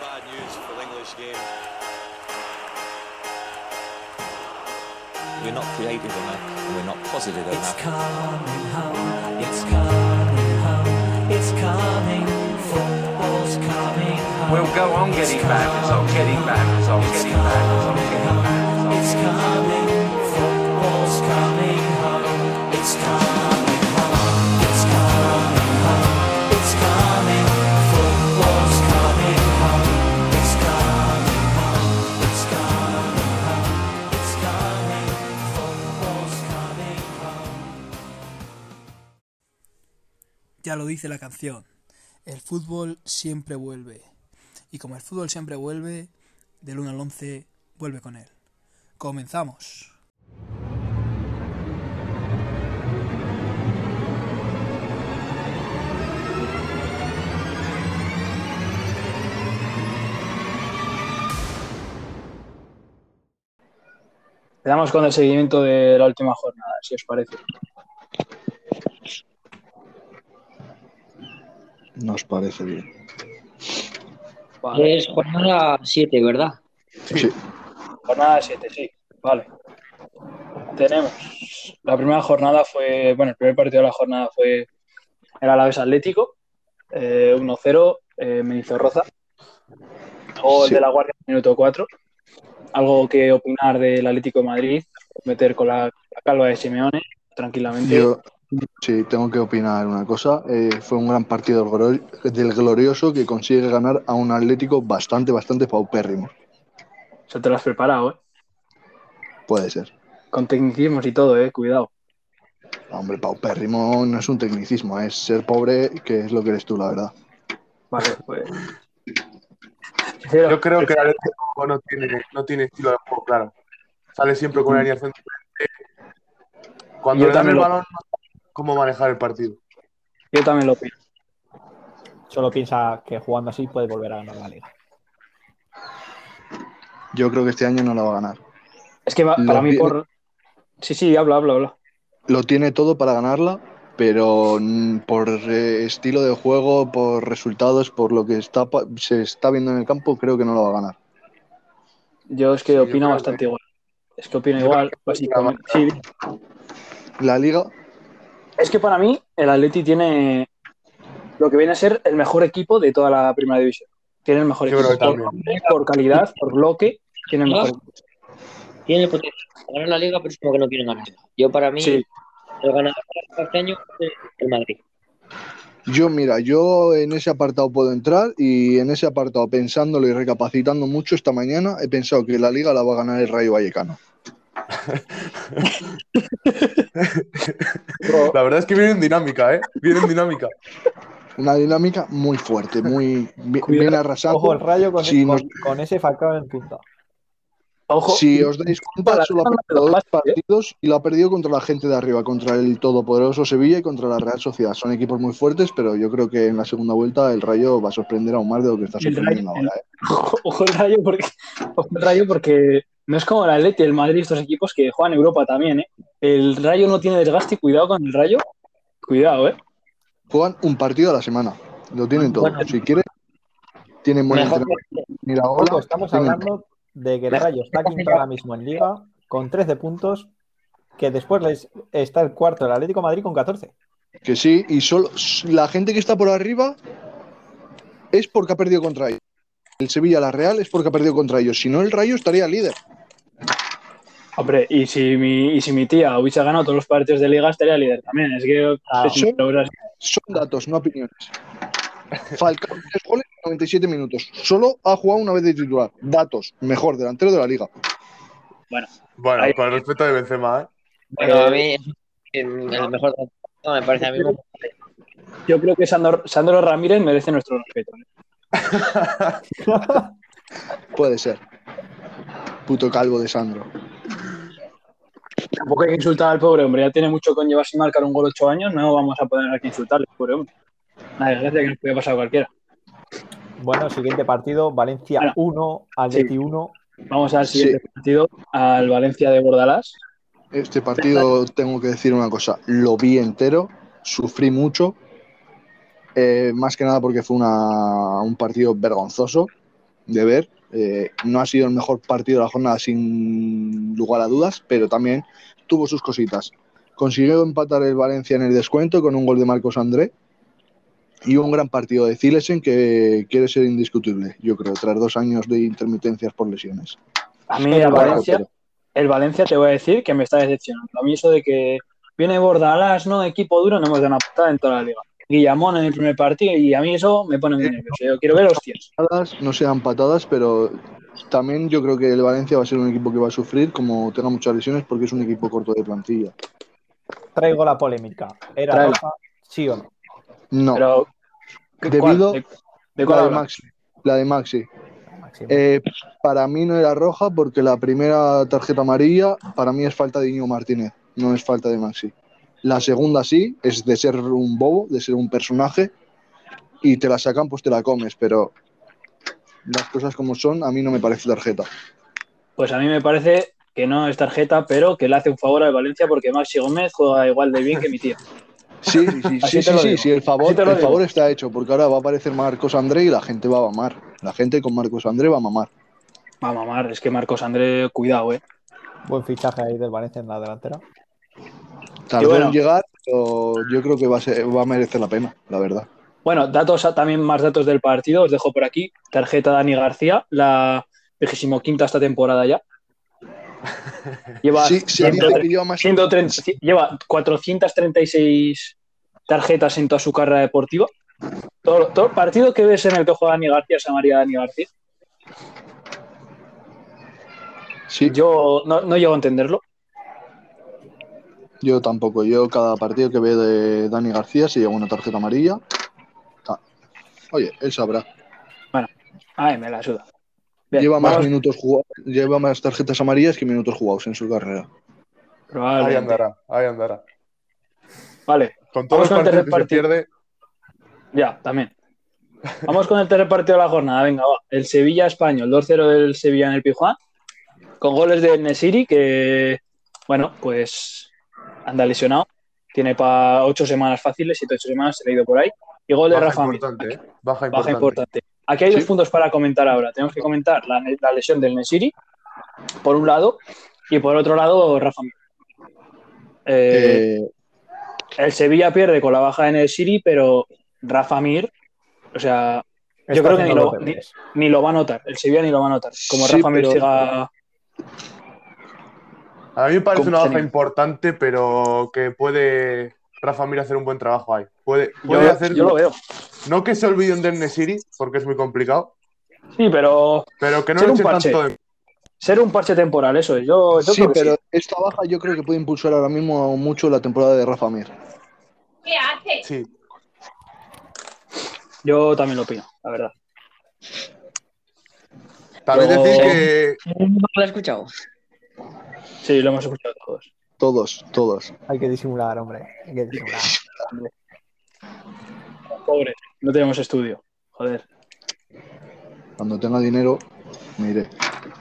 bad news for the English game. We're not creative enough, and we're not positive It's enough. coming home, it's coming home, it's coming, football's coming home. We'll go on It's getting back, it's on getting back, it's on It's getting back, it's on coming getting back. it's home, on it's coming, football's coming home, it's coming home, it's coming home, it's coming, football's coming home, it's coming home, it's coming home, it's coming, football's coming home. Ya lo dice la canción. El fútbol siempre vuelve. Y como el fútbol siempre vuelve, del 1 al 11 vuelve con él. Comenzamos. Le damos con el seguimiento de la última jornada, si os parece. Nos parece bien. Vale. Es jornada 7, ¿verdad? Sí. Jornada 7, sí. Vale. Tenemos. La primera jornada fue. Bueno, el primer partido de la jornada fue el Alavés Atlético. eh, 1-0, eh, Menizorroza. O el Sí. de la Guardia, minuto 4. Algo que opinar del Atlético de Madrid. Meter con la, la calva de Simeone, tranquilamente. Yo sí, tengo que opinar una cosa. Eh, fue un gran partido del glori- del glorioso que consigue ganar a un Atlético bastante, bastante paupérrimo. Se te lo has preparado, ¿eh? Puede ser. Con tecnicismos y todo, ¿eh? Cuidado. Hombre, paupérrimo no es un tecnicismo, es ser pobre, que es lo que eres tú, la verdad. Vale, pues. Yo creo que el Atlético no tiene, no tiene estilo de juego, claro. Sale siempre con una alineación diferente. Cuando Yo le dan también el lo- balón, no sabe cómo manejar el partido. Yo también lo opino. Solo piensa que jugando así puede volver a ganar la liga. Yo creo que este año no la va a ganar. Es que va- Lo para mí, opino. por. Sí, sí, habla, habla, habla. Lo tiene todo para ganarla, pero mm, por eh, estilo de juego, por resultados, por lo que está, pa- se está viendo en el campo, creo que no la va a ganar. Yo es que yo opino creo bastante que- igual. Es que opino Yo igual, creo que básicamente. Sí, La liga, es que para mí, el Atleti tiene lo que viene a ser el mejor equipo de toda la primera división. Tiene el mejor Yo equipo. creo que Por, nombre, por calidad, por bloque, tiene el ¿No? mejor equipo. Tiene el potencial para ganar la liga, pero es como que no quieren ganar. Yo, para mí, Sí. el ganador de este año es el Madrid. Yo, mira, yo en ese apartado puedo entrar y en ese apartado, pensándolo y recapacitando mucho esta mañana, he pensado que la liga la va a ganar el Rayo Vallecano. La verdad es que viene en dinámica, ¿eh? Viene en dinámica. Una dinámica muy fuerte, muy bi- Ojo, bien el arrasado. rayo con, Sí, con- no- con ese Falcao en punta. Ojo, Si os dais cuenta, Para- solo ha para- perdido dos para- partidos y lo ha perdido contra la gente de arriba, contra el todopoderoso Sevilla y contra la Real Sociedad. Son equipos muy fuertes, pero yo creo que en la segunda vuelta el Rayo va a sorprender aún más de lo que está El Rayo- sorprendiendo ahora. ¿eh? ojo el rayo porque, ojo el rayo porque no es como el Atleti, el Madrid, estos equipos que juegan Europa también, ¿eh? El rayo no tiene desgaste, cuidado con el rayo. Cuidado, ¿eh? Juegan un partido a la semana, lo tienen todo. Bueno. Si quieren, tienen buen Mejor entrenador. Miraola, Ojo, estamos tienen- hablando de que el rayo está quinto ahora mismo en liga con 13 puntos, que después les está el cuarto el Atlético de Madrid con 14. Que sí, y solo la gente que está por arriba es porque ha perdido contra ellos. El Sevilla, la Real, es porque ha perdido contra ellos. Si no, el Rayo estaría líder. Hombre, y si mi, y si mi tía hubiese ganado todos los partidos de liga, estaría líder también. Es que es sí. una obra- Son datos, no opiniones. Falcao, tres goles en 97 minutos. Solo ha jugado una vez de titular. Datos, mejor delantero de la liga. Bueno, Ahí. con el respeto de Benzema, ¿eh? Bueno, a mí es el mejor no, me parece a mí. Yo creo que Sandor- Sandro Ramírez merece nuestro respeto. ¿eh? Puede ser. Puto calvo de Sandro. Tampoco hay que insultar al pobre hombre. Ya tiene mucho con llevar sin marcar un gol ocho años. No vamos a poner aquí insultarle, pobre hombre. La desgracia que nos puede pasar a cualquiera. Bueno, siguiente partido, Valencia Bueno. 1, Atleti 1. Vamos al siguiente partido, al Valencia de Bordalás. Este partido, tengo que decir una cosa, lo vi entero, sufrí mucho, eh, más que nada porque fue una- un partido vergonzoso. de ver. Eh, no ha sido el mejor partido de la jornada sin lugar a dudas, pero también tuvo sus cositas. Consiguió empatar el Valencia en el descuento con un gol de Marcos André y un gran partido de Zilesen que quiere ser indiscutible, yo creo, tras dos años de intermitencias por lesiones. A mí el Valencia, el Valencia te voy a decir que me está decepcionando. A mí eso de que viene Bordalás, no, equipo duro, no hemos dado una putada en toda la liga. Guillamón en el primer partido y a mí eso me pone muy nervioso. Yo quiero ver los 100. Patadas, no sean patadas, pero también yo creo que el Valencia va a ser un equipo que va a sufrir como tenga muchas lesiones porque es un equipo corto de plantilla. Traigo la polémica. ¿Era Tráela. roja? Sí o no. No, Pero, ¿de debido cuál- de- de la cuál de hablas? Maxi. La de Maxi. Máximo. Eh, para mí no era roja porque la primera tarjeta amarilla para mí es falta de Iñigo Martínez, no es falta de Maxi. La segunda sí, es de ser un bobo, de ser un personaje y te la sacan pues te la comes, pero las cosas como son a mí no me parece tarjeta. Pues a mí me parece que no es tarjeta, pero que le hace un favor al Valencia porque Maxi Gómez juega igual de bien que mi tío. Sí, sí, sí, Así sí, te sí, lo sí, digo. sí, el favor, Así te lo el digo. favor está hecho porque ahora va a aparecer Marcos André y la gente va a mamar. La gente con Marcos André va a mamar. Va a mamar, es que Marcos André, cuidado, eh. Buen fichaje ahí del Valencia en la delantera. Tardó bueno. en llegar, pero yo creo que va a, ser- va a merecer la pena, la verdad. Bueno, datos ah, también más datos del partido, os dejo por aquí. Tarjeta Dani García, la vigésimo quinta esta temporada ya. Lleva, Sí, se dice 130 que lleva más 130 lleva 436 tarjetas en toda su carrera deportiva. Todo, todo el partido que ves en el que juega Dani García se llamaría Dani García. Sí, Yo yo, no, no llego a entenderlo. tampoco. Yo cada partido que veo de Dani García se lleva una tarjeta amarilla. Ah, Oye, él sabrá. Ay, me la suda. Bien, lleva más vamos- minutos jugados, lleva más tarjetas amarillas que minutos jugados en su carrera. Ahí probablemente. andará, ahí andará. Vale, Con todos Vamos los con el partidos que se tercer pierde, ya, también. Vamos con el tercer partido de la jornada. Venga, va. El Sevilla español, 2-0 del Sevilla en el Pijuán. Con goles de Nesiri, que, bueno, pues anda lesionado. Tiene para ocho semanas fáciles, siete ocho semanas, se le ha ido por ahí. Y gol de baja Rafa. Mir. importante, ¿eh? Baja importante. Baja importante. Aquí hay dos Sí. puntos para comentar ahora. Tenemos que comentar la, la lesión del Nesiri, por un lado, y por otro lado, Rafa. Mir. Eh, Eh, El Sevilla pierde con la baja de Nesiri, pero Rafa Mir, o sea, Está creo que ni haciendo lo- los deberes. ni lo va a notar. El Sevilla ni lo va a notar. Como Sí, Rafa Mir pero- siga. A mí me parece Con- una baja sí. importante, pero que puede Rafa Mir hacer un buen trabajo ahí. Puede, Yo, puede hacer, yo lo veo. no que se olviden de Nesiri, porque es muy complicado, Sí, pero pero que no Ser lo un echen parche. tanto de ser un parche temporal, eso es. Yo, yo sí, creo que pero sí. esta baja yo creo que puede impulsar ahora mismo mucho la temporada de Rafa Mir. Sí, Yo también lo opino, la verdad. también Yo- decir que ¿Lo has escuchado? Sí, lo hemos escuchado todos. Todos, todos. Hay que disimular, hombre. Hay que disimular. Pobre, no tenemos estudio. Joder. Cuando tenga dinero, me iré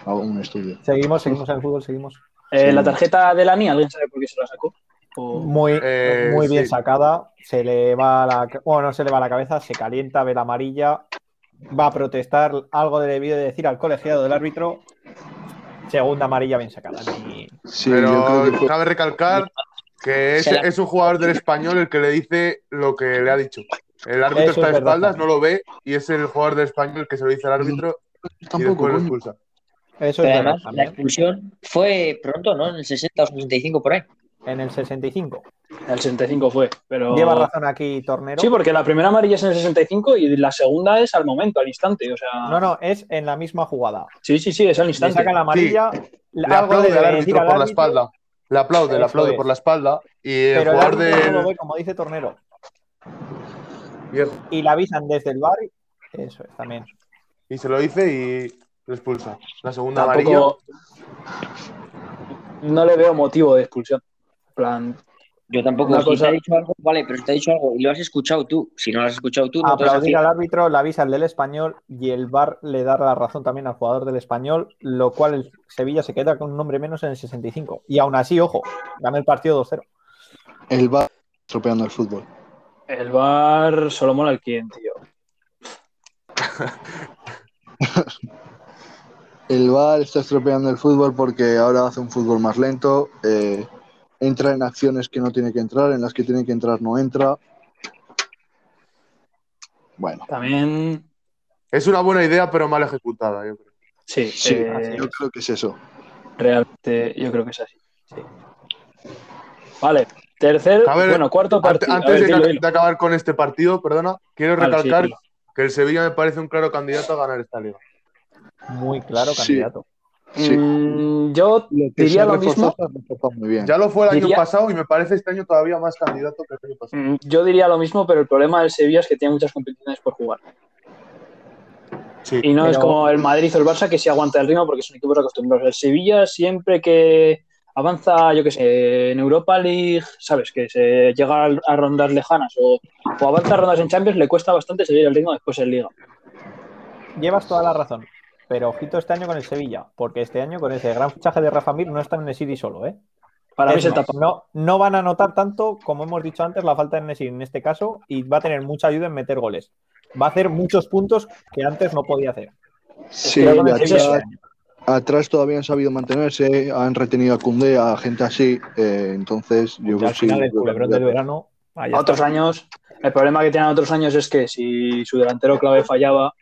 a un estudio. Seguimos, seguimos en el fútbol, seguimos. Eh, Sí. La tarjeta de Lani, ¿alguien sabe por qué se la sacó? O- Muy, Eh, muy bien sí. sacada. Se le va la, ca- bueno, no se le va la cabeza, se calienta, ve la amarilla, va a protestar, algo le debió de decir al colegiado del árbitro. Segunda amarilla bien sacada. Ni- Sí, yo creo que pero fue- cabe recalcar que es, Se la- es un jugador del español el que le dice lo que le ha dicho. El árbitro Eso es está de verdad, espaldas, Juan. no lo ve, y es el jugador del español el que se lo dice al árbitro y tampoco, después lo coño. expulsa. Eso Pero es verdad además, la también. expulsión fue pronto, ¿no? En el 60 o 65 por ahí. En el 65. El 65 fue, pero. Lleva razón aquí Tornero. Sí, porque la primera amarilla es en el 65 y la segunda es al momento, al instante. O sea, No, no, es en la misma jugada. sí, sí, sí, es al Le instante. saca la amarilla, Le algo le aplaude al debe decir árbitro al por la árbitro, espalda. Le aplaude, Eso le aplaude es. por la espalda. Y el Pero el jugador árbitro no lo del. ve, como dice Tornero. y el- Y la avisan desde el bar. Eso es también. Y se lo dice y lo expulsa. La segunda amarilla. Tampoco. No le veo motivo de expulsión. En plan, Yo tampoco. Una si cosa- te ha dicho algo, vale, pero si te ha dicho algo y lo has escuchado tú. Si no lo has escuchado tú, no te vas a aplaudir fiar. al árbitro, la avisa el del español y el VAR le da la razón también al jugador del español, lo cual el Sevilla se queda con un hombre menos en el 65. Y aún así, ojo, gana el partido 2-0. el va estropeando el fútbol. el bar solo mola al cliente, tío. El VAR está estropeando el fútbol porque ahora hace un fútbol más lento, eh, entra en acciones que no tiene que entrar, en las que tiene que entrar no entra. Bueno, También, Es una buena idea, pero mal ejecutada, yo creo. sí, sí, eh, yo creo que es eso. realmente yo creo que es así. sí. Vale, tercer, A ver, bueno, cuarto Ante- partido. A Antes ver, de, dilo, ca- dilo. de acabar con este partido, perdona, quiero Vale, sí, recalcar dilo. que el Sevilla me parece un claro candidato a ganar esta liga. Muy claro, Sí. candidato. Sí. Mm, yo Lo que diría se ha lo mismo. reforzado, se ha reforzado muy bien. Ya lo fue el año Diría- pasado y me parece este año todavía más candidato que el año pasado. Mm, Yo diría lo mismo, pero el problema del Sevilla es que tiene muchas competiciones por jugar. Sí. Y no es Pero- como el Madrid o el Barça que sí aguanta el ritmo porque son equipos acostumbrados. El Sevilla siempre que avanza, yo qué sé, en Europa League, ¿sabes? Que se llega a- a rondas lejanas o, o avanza a rondas en Champions, le cuesta bastante seguir el ritmo después en Liga. Llevas toda la razón. Pero ojito este año con el Sevilla, porque este año con ese gran fichaje de Rafa Mir no está en Nesiri solo, ¿eh? Para mí Es se más, tapa. no, no van a notar tanto, como hemos dicho antes, la falta de Nesiri en este caso y va a tener mucha ayuda en meter goles. Va a hacer muchos puntos que antes no podía hacer. Sí, Pero y bueno, atrás, es eso. atrás todavía han sabido mantenerse, han retenido a Cundé, a gente así, eh, entonces yo Y al creo que sí, final el yo creo que culebrón del verano. ahí está. Otros años, el problema que tienen otros años es que si su delantero clave fallaba,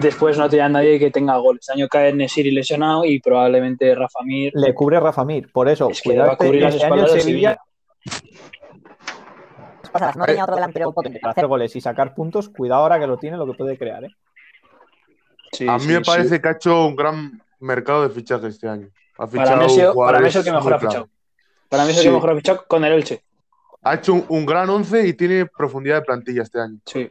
después no tenía nadie que tenga gol. Este año cae Nesiri lesionado y probablemente Rafa Mir. Le cubre Rafa Mir, por eso, Es que cuidado va a cubrir las este año el espaldas de Sevilla Pasa, no tenía otro delantero potente para hacer goles y sacar puntos, cuidado ahora que lo tiene, lo que puede crear, ¿eh? Sí, a mí sí, me sí. parece que ha hecho un gran mercado de fichajes este año. Ha Para fichado mí, ha sido- para mí jugadores es el que mejor muy ha fichado. clave. Para mí es el que Sí. mejor ha fichado con el Elche. Ha hecho un, un gran once y tiene profundidad de plantilla este año. Sí.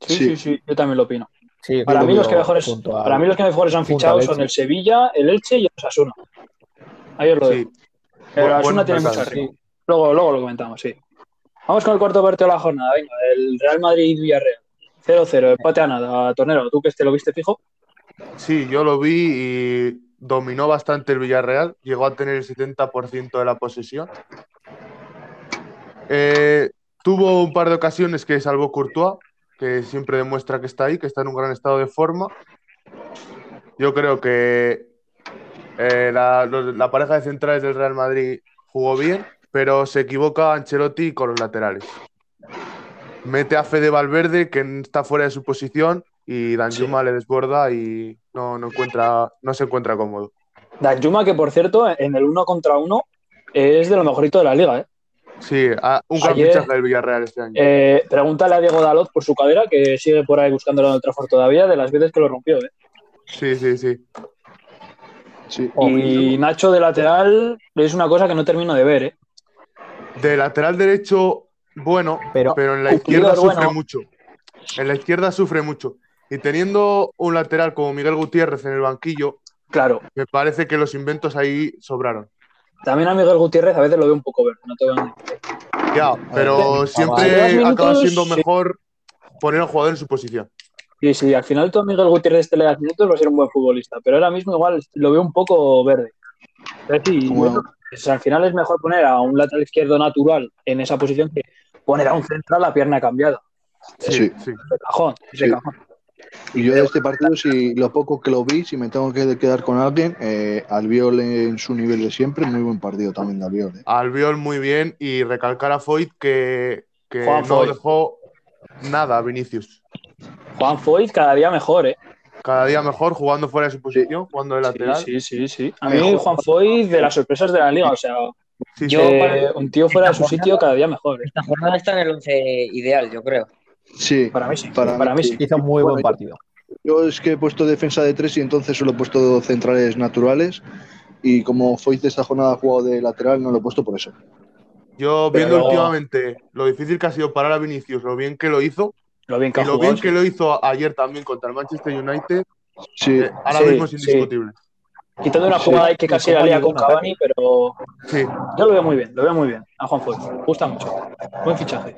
Sí, sí, Sí. sí, yo también lo opino. Sí, Para mí, los que pero mejores, junto a- para mí los que mejores han junto fichado al son Elche. el Sevilla, el Elche y el Osasuna. Ahí os lo digo. Sí. El Buen- Osasuna buen tiene mucho mercado, ritmo. Luego, luego lo comentamos, sí. Vamos con el cuarto partido de la jornada. Venga, el Real Madrid-Villarreal. 0-0, empate a nada. Tornero, tú que este lo viste fijo. Sí, yo lo vi y dominó bastante el Villarreal. Llegó a tener el 70% de la posesión. Eh, tuvo un par de ocasiones que salvó Courtois, que siempre demuestra que está ahí, que está en un gran estado de forma. Yo creo que eh, la, los- la pareja de centrales del Real Madrid jugó bien, pero se equivoca Ancelotti con los laterales. Mete a Fede Valverde, que está fuera de su posición, y Danjuma le desborda y no, no, encuentra, no se encuentra cómodo. Danjuma, que por cierto, en el uno contra uno es de lo mejorito de la liga. ¿eh? Sí, a- un gran Ayer- fichaje del Villarreal este año. Eh, pregúntale a Diego Dalot por su cadera, que sigue por ahí buscándolo en el Trafford todavía, de las veces que lo rompió. ¿eh? Sí, sí, sí. sí. Oh, Y Nacho de lateral es una cosa que no termino de ver, ¿eh? De lateral derecho, bueno, Pero- pero, en la Cumplidor, izquierda sufre bueno. mucho. En la izquierda sufre mucho. Y teniendo un lateral como Miguel Gutiérrez en el banquillo, Claro. me parece que los inventos ahí sobraron. También a Miguel Gutiérrez a veces lo veo un poco verde, no te voy a mentir. Ya, pero Llevas siempre minutos, acaba siendo sí. mejor poner al jugador en su posición. Y si al final tú a Miguel Gutiérrez te le das minutos, va a ser un buen futbolista. Pero ahora mismo igual lo veo un poco verde. Pero sí, Como- yo creo que es- pues al final es mejor poner a un lateral izquierdo natural en esa posición que poner a un central a pierna cambiada. Sí. sí. De cajón, de Sí. cajón. Y yo de este partido, si lo poco que lo vi, si me tengo que quedar con alguien, eh, Albiol en su nivel de siempre, muy buen partido también de Albiol. eh. Albiol muy bien y recalcar a Foyt que, que Juan no Foyt. dejó nada a Vinicius. Juan Foyt cada día mejor, ¿eh? Cada día mejor jugando fuera de su posición, jugando de lateral. Sí, sí, sí, sí. A mí Mejor. Juan Foyt de las sorpresas de la liga, o sea, Sí, Yo- sí. eh, para- un tío fuera de su sitio cada día mejor. ¿eh? Esta jornada está en el 11 ideal, yo creo. Sí, Para mí sí. Para para mí mí sí. hizo muy Bueno, buen yo- partido. yo es que he puesto defensa de tres y entonces solo he puesto centrales naturales. Y como Foyt esta jornada ha jugado de lateral, no lo he puesto por eso. Yo viendo Pero- últimamente lo difícil que ha sido parar a Vinicius, lo bien que lo hizo, Lo bien que y ha lo jugado. bien sí. que lo hizo ayer también contra el Manchester United, Sí, Ah. eh, ahora Sí, mismo es sí. indiscutible. Quitando una Sí. jugada ahí que casi Como la lía llegó con un ataque. Cavani, pero Sí. yo lo veo muy bien, lo veo muy bien. A Juan Foyt, me gusta mucho. Buen fichaje.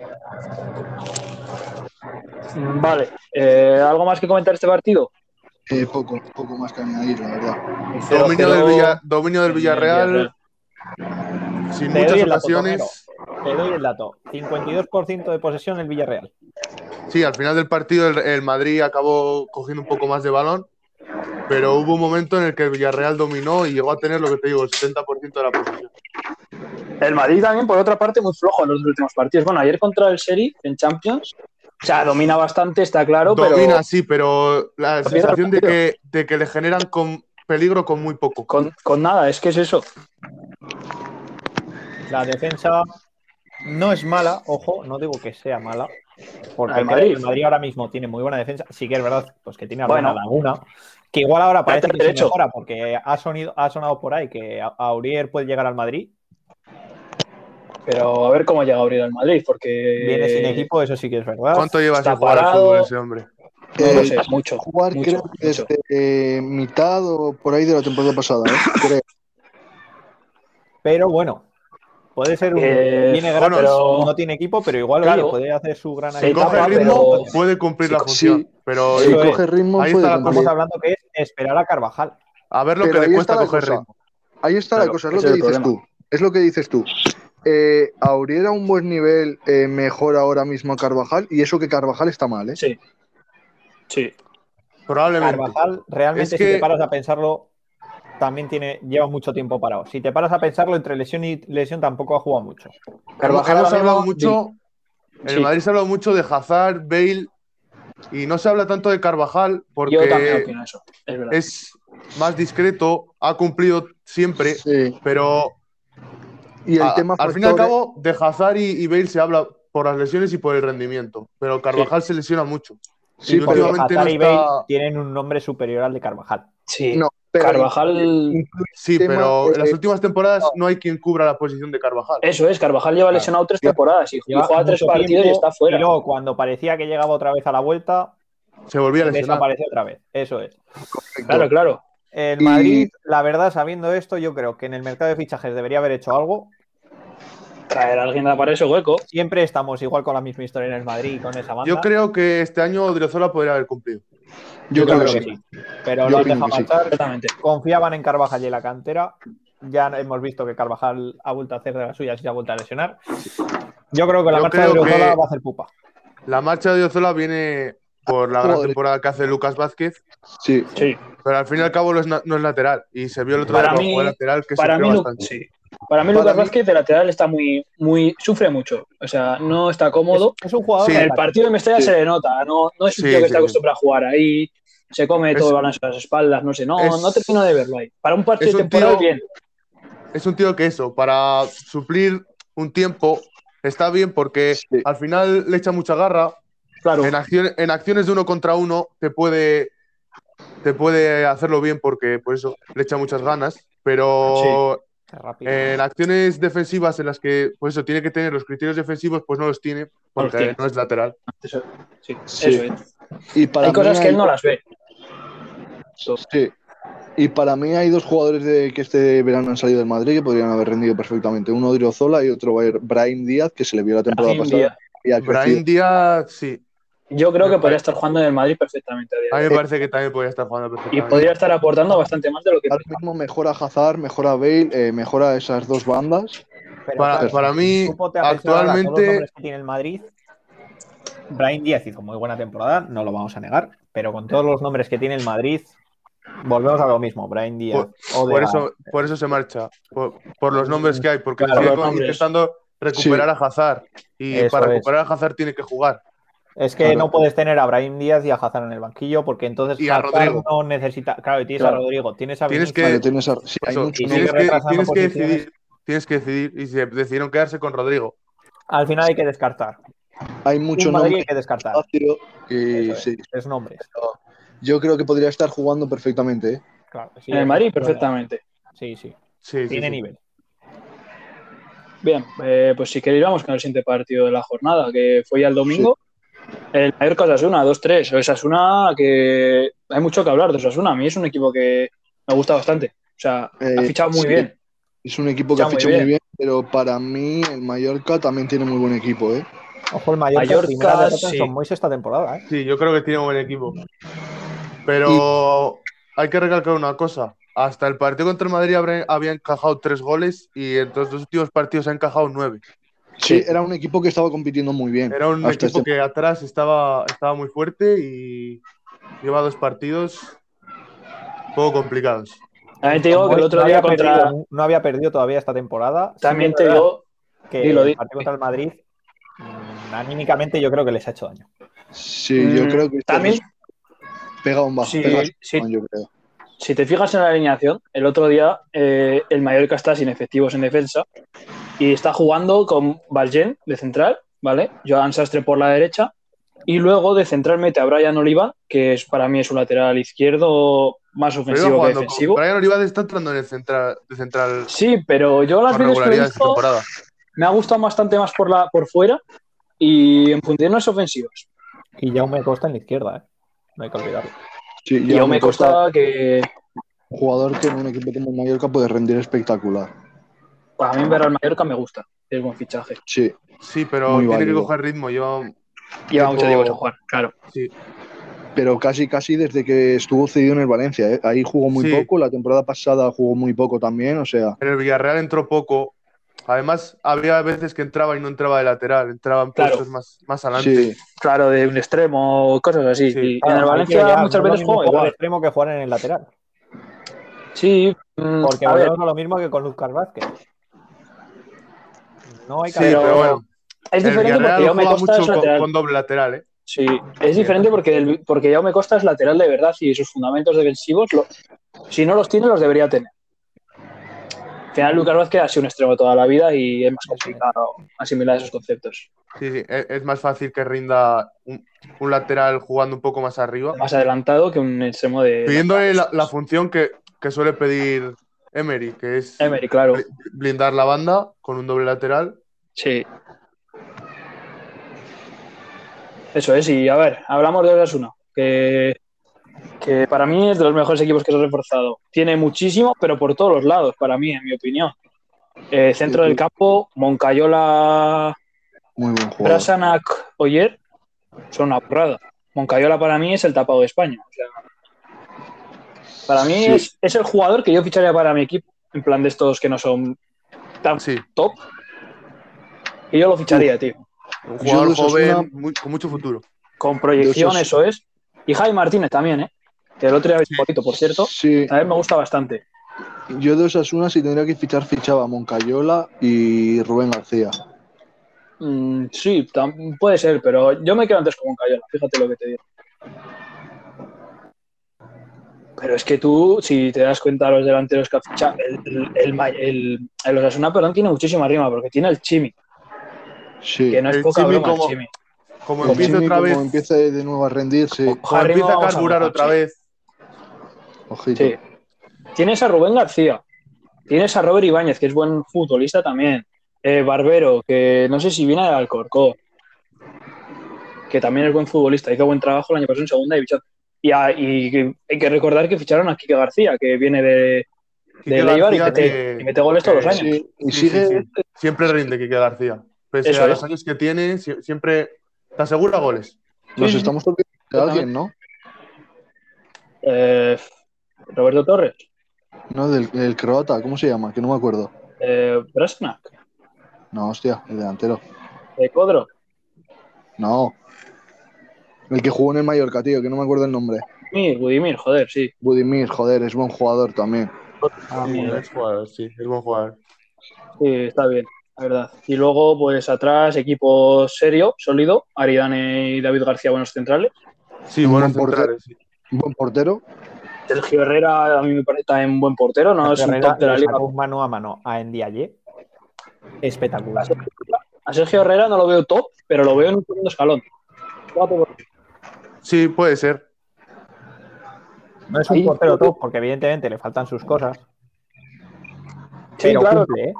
Mm, Vale, eh, ¿algo más que comentar este partido? eh, poco, poco más que añadir, la verdad. El 0-0 Dominio del, Villa- dominio del en el Villarreal, sin Te doy muchas el dato, ocasiones. Te doy el dato. 52% de posesión el Villarreal. Sí, al final del partido el, el Madrid acabó cogiendo un poco más de balón, Pero hubo un momento en el que el Villarreal dominó y llegó a tener lo que te digo, el 70% de la posesión. El Madrid también, por otra parte, muy flojo en los últimos partidos. Bueno, ayer contra el Seri en Champions, o sea, domina bastante, está claro, Domina, pero sí, pero la Domina sensación de rápido. que, de que le generan con peligro con muy poco. con, con nada, es que es eso. La defensa no es mala, ojo, no digo que sea mala. Porque El creo Madrid. que el Madrid ahora mismo tiene muy buena defensa. Sí que es verdad, pues que tiene alguna Bueno. laguna. Que igual ahora parece que se derecho. mejora porque ha, sonido, ha sonado por ahí que A- Aurier puede llegar al Madrid. Pero a ver cómo llega a abrir al Madrid, porque Viene Eh, sin equipo, eso sí que es verdad. ¿Cuánto lleva está sin jugar al parado. fútbol ese hombre? no lo Eh, sé, mucho. jugar mucho, creo que mucho. desde eh, mitad o por ahí de la temporada pasada, ¿eh? Creo. Pero bueno, puede ser un. Eh, viene gratis, pero- no tiene equipo, pero igual oye, Claro. puede hacer su gran Sí, Si ayuda. coge tapa, el ritmo, pero- puede cumplir la Sí, función. Pero Si Eso es. coge ritmo, Ahí puede está la cumplir. Estamos hablando que es esperar a Carvajal. a ver lo Pero que ahí le cuesta está la coger cosa. ritmo. Ahí está Claro, la cosa, es lo ese que es el dices tú. problema. Es lo que dices tú. Eh, Aurier a un buen nivel eh, mejor ahora mismo a Carvajal, y eso que Carvajal está mal, ¿eh? Sí. Sí. Probablemente. Carvajal, realmente, Es que- si te paras a pensarlo, también tiene, lleva mucho tiempo parado. Si te paras a pensarlo, entre lesión y lesión tampoco ha jugado mucho. Carvajal hemos ahora hablado mismo- mucho. En el Sí. Madrid se ha hablado mucho de Hazard, Bale. Y no se habla tanto de Carvajal porque Yo también opino eso, es verdad. es más discreto, ha cumplido siempre, Sí. pero Y el a- tema al fin y al factor- cabo de Hazard y, y Bale se habla por las lesiones y por el rendimiento, pero Carvajal se lesiona mucho. Sí, y Porque pero, últimamente no Hazard y está- Bale tienen un nombre superior al de Carvajal. Sí. no, pero- eh, Carvajal, Sí, tema, pero en las eh, últimas temporadas no hay quien cubra la posición de Carvajal. eso es, Carvajal lleva Claro. lesionado tres temporadas y, y Lleva juega tres mucho partidos y tiempo, está fuera. y luego, cuando parecía que llegaba otra vez a la vuelta, Se volvía a lesionar. desapareció otra vez. Eso es. Claro, claro. El Y- Madrid, la verdad, sabiendo esto, yo creo que en el mercado de fichajes debería haber hecho algo. Traer a alguien para ese hueco. Siempre estamos igual con la misma historia en el Madrid y con esa banda. Yo creo que este año Odriozola podría haber cumplido. Yo creo que que sí. Pero Yo lo han opino dejado que sí. marchar. Exactamente. confiaban en Carvajal y en la cantera. Ya hemos visto que Carvajal ha vuelto a hacer de las suyas y se ha vuelto a lesionar. Yo creo que la Yo marcha de creo Orejuela que- va a hacer pupa. La marcha de Odriozola viene por la gran Joder. temporada que hace Lucas Vázquez, Sí. Sí. pero al fin y al cabo no es, na- no es lateral. Y se vio el otro día Para con mí- juego lateral que para sufrió mí, Lu- bastante. sí. para mí Para Lucas mí- Vázquez de lateral está muy, muy, sufre mucho. O sea, no está cómodo. Es, es un jugador. Sí, de En el ataque. partido de Mestalla se le nota. No, no es un tío Sí, que sí, está sí. acostumbrado a jugar ahí. Se come Es- todo el balance a las espaldas. No sé. No, es- no termino de verlo ahí. Para un partido es de un temporada tío- bien. es un tío que eso, para suplir un tiempo, está bien porque Sí. al final le echa mucha garra. Claro. En, acción- en acciones de uno contra uno te puede, te puede hacerlo bien porque por eso le echa muchas ganas. Pero Qué rápido. en acciones defensivas en las que por eso tiene que tener los criterios defensivos, pues no los tiene porque tiene. no es lateral. Eso, sí, Sí. eso es. Y para Hay cosas mí que hay- él no las ve. Sí. Y para mí hay dos jugadores de que este verano han salido del Madrid que podrían haber rendido perfectamente. Uno Odriozola y otro Brahim Díaz, que se le vio la temporada Brahim pasada. Díaz. Y ha Brahim crecido. Díaz, sí. Yo creo que Me podría estar jugando en el Madrid perfectamente. a día de A hoy. mí me parece que también podría estar jugando Y perfectamente. podría estar aportando bastante más de lo que. Ahora mismo mejora Hazard, mejora Bale, eh, mejora esas dos bandas. Pero, Para, claro, para mí, tú ponte a pensar ahora todos los actualmente, nombres que tiene el Madrid. Brian Díaz hizo muy buena temporada, no lo vamos a negar. Pero con todos los nombres que tiene el Madrid, volvemos a lo mismo. Brian Díaz. Por Odegaard, eso, por eso se marcha, por, por los nombres que hay, porque Claro, sigue los nombres. intentando recuperar a Hazard. Y Eso para es. recuperar a Hazard tiene que jugar. Es que Claro. no puedes tener a Brahim Díaz y a Hazard en el banquillo porque entonces Y a Hazard Rodrigo. no necesita. Claro, y tienes a Claro. Rodrigo, tienes a Vinicius. Tienes que- Vale, tienes a- sí, hay Eso, mucho, y ¿no? tienes, que, retrasando tienes que posiciones. decidir, tienes que decidir. Y se decidieron quedarse con Rodrigo. Al final hay que descartar. hay Mucho mucho en Madrid nombre hay que descartar. espacio y Eso es, sí, tres nombres. yo creo que podría estar jugando perfectamente. ¿eh? Claro, sí, En el es- Madrid perfectamente. Sí, sí. Sí, sí, Tiene sí. nivel. Bien, eh, pues si queréis vamos con el siguiente partido de la jornada, que fue ya el domingo. El Mallorca Osasuna, 2-3. Osasuna que hay mucho que hablar de Osasuna. A mí es un equipo que me gusta bastante. O sea, Eh, ha fichado muy sí. bien. Es un equipo que Está muy ha fichado muy bien. bien, pero para mí el Mallorca también tiene muy buen equipo. ¿eh? Ojo, el Mallorca, Mallorca, primera derrota sí. en Son Mois esta temporada. ¿eh? Sí, yo creo que tiene un buen equipo. Pero hay que recalcar una cosa. Hasta el partido contra el Madrid habrá- había encajado tres goles y en los dos últimos partidos ha encajado nueve. Sí, era un equipo que estaba compitiendo muy bien. Era un Hasta equipo este- que atrás estaba, estaba muy fuerte y lleva dos partidos poco complicados. También te digo que el otro día había contra. perdido- no había perdido todavía esta temporada. Sí También que te es verdad digo. que dilo, el dilo. partido contra el Madrid, mm, anímicamente yo creo que les ha hecho daño. Sí, yo mm, creo que este También, pega un bajo. Sí, pega un sí. bajón, yo creo. si te fijas en la alineación, el otro día eh, el Mallorca está sin efectivos en defensa y está jugando con Valjean de central, ¿vale? Joan Sastre por la derecha y luego de central mete a Brian Oliva, que es, para mí es un lateral izquierdo más Pero ofensivo que jugando con- defensivo. Brian Olivares está entrando en el central, de central Sí, pero yo las con veces que lo he regularidad esta visto temporada. me ha gustado bastante más por, la, por fuera y en funciones ofensivas. Y ya me costa en la izquierda, ¿eh? No hay que olvidarlo. Sí, Y aún me costaba que Un jugador que en un equipo como el Mallorca puede rendir espectacular. para mí ver al Mallorca me gusta, es buen fichaje. Sí, Sí, pero Muy tiene que válido. coger ritmo. Lleva Lleva Tipo- mucho tiempo sin jugar, claro. sí, pero casi, casi desde que estuvo cedido en el Valencia. ¿eh? Ahí jugó muy Sí. poco, la temporada pasada jugó muy poco también, o sea, en el Villarreal entró poco. Además, había veces que entraba y no entraba de lateral, entraba en Claro. puestos más, más adelante. sí, Claro, de un extremo o cosas así. Sí. Y en Claro, el hay Valencia que ya, muchas no es lo veces mismo juega jugar al igual. extremo que jugar en el lateral. Sí, mm, Porque a ver, volvemos a lo mismo que con Lucas Vázquez. No hay que Sí, Pero- pero, bueno, es el diferente porque Villarreal Jaume juega Costa mucho es con, lateral. con doble lateral, ¿eh? Sí, es diferente porque, el- porque Jaume Costa es lateral de verdad y sus fundamentos defensivos, lo- si no los tiene, los debería tener. Al final, Lucas Vázquez ha sido un extremo toda la vida y es más complicado asimilar esos conceptos. Sí, sí, es, es más fácil que rinda un, un lateral jugando un poco más arriba, Más adelantado que un extremo de. pidiéndole la, la función que, que suele pedir Emery, que es Emery, claro. blindar la banda con un doble lateral. Sí. Eso es, y a ver, hablamos de Osasuna, que, que para mí es de los mejores equipos que se ha reforzado. Tiene muchísimo, pero por todos los lados, para mí, en mi opinión. Eh, centro Sí, sí. del campo, Moncayola, muy buen jugador. Brasanac, Oyer, son una burrada. Moncayola para mí es el tapado de España. o sea, para mí Sí. es, es el jugador que yo ficharía para mi equipo, en plan de estos que no son tan Sí, top. Y yo lo ficharía, tío. un jugador Yo, Osasuna- joven muy- con mucho futuro. Con proyección, De esos- eso es. Y Javi Martínez también, ¿eh? Que el otro día habéis poquito, por cierto. Sí, A él me gusta bastante. yo de Osasuna si tendría que fichar, fichaba a Moncayola y Rubén García. Mm, sí, tam- puede ser, pero yo me quedo antes con Moncayola, fíjate lo que te digo. Pero es que tú, si te das cuenta, los delanteros que ha fichado, el, el, el, Ma- el- el Osasuna, perdón, tiene muchísima rima, porque tiene el Chimi, Sí. que no es El poca Chimi broma el como- Chimi. Como Como empiece Jimmy, otra como vez, empiece de nuevo a rendir, sí. como Harry, empieza a vamos a carburar hablar, otra sí. vez, Ojito. Sí. Tienes a Rubén García. Tienes a Robert Ibáñez, que es buen futbolista también. Eh, Barbero, que no sé si viene del Alcorcó. Que también es buen futbolista. Hizo buen trabajo el año pasado en segunda división. Y, a- y que- hay que recordar que ficharon a Kike García, que viene de, Quique de Leibar y García mete, que- y mete goles todos los que- años. Sí, Y Sí, sí, sigue, sí. Siempre rinde Quique García. Pese Eso a es. los años que tiene, sie- siempre te asegura goles. nos sí, estamos olvidando de alguien, ¿no? Eh, Roberto Torres, No, del, del croata, ¿cómo se llama? Que no me acuerdo. eh, Brasnak, No, hostia, el delantero. eh, Codro. No. El que jugó en el Mallorca, tío, que no me acuerdo el nombre. Budimir, Budimir, joder, sí. Budimir, joder, es buen jugador también. Ah, Sí, es jugador, sí, es buen jugador. Sí, está bien, la verdad. Y luego, pues atrás, equipo serio, sólido. Aridane y David García, buenos centrales. Sí, Un buenos buen portero. centrales. sí. Buen portero. Sergio Herrera, a mí me parece también buen portero, no es un Herrera top de la le liga. sacó un mano a mano a Ndiaye. Espectacular. A Sergio Herrera no lo veo top, pero lo veo en un segundo escalón. Guapo, guapo. Sí, puede ser. No es un Ahí- portero top, porque evidentemente le faltan sus cosas. Sí, pero claro. cumple, ¿eh?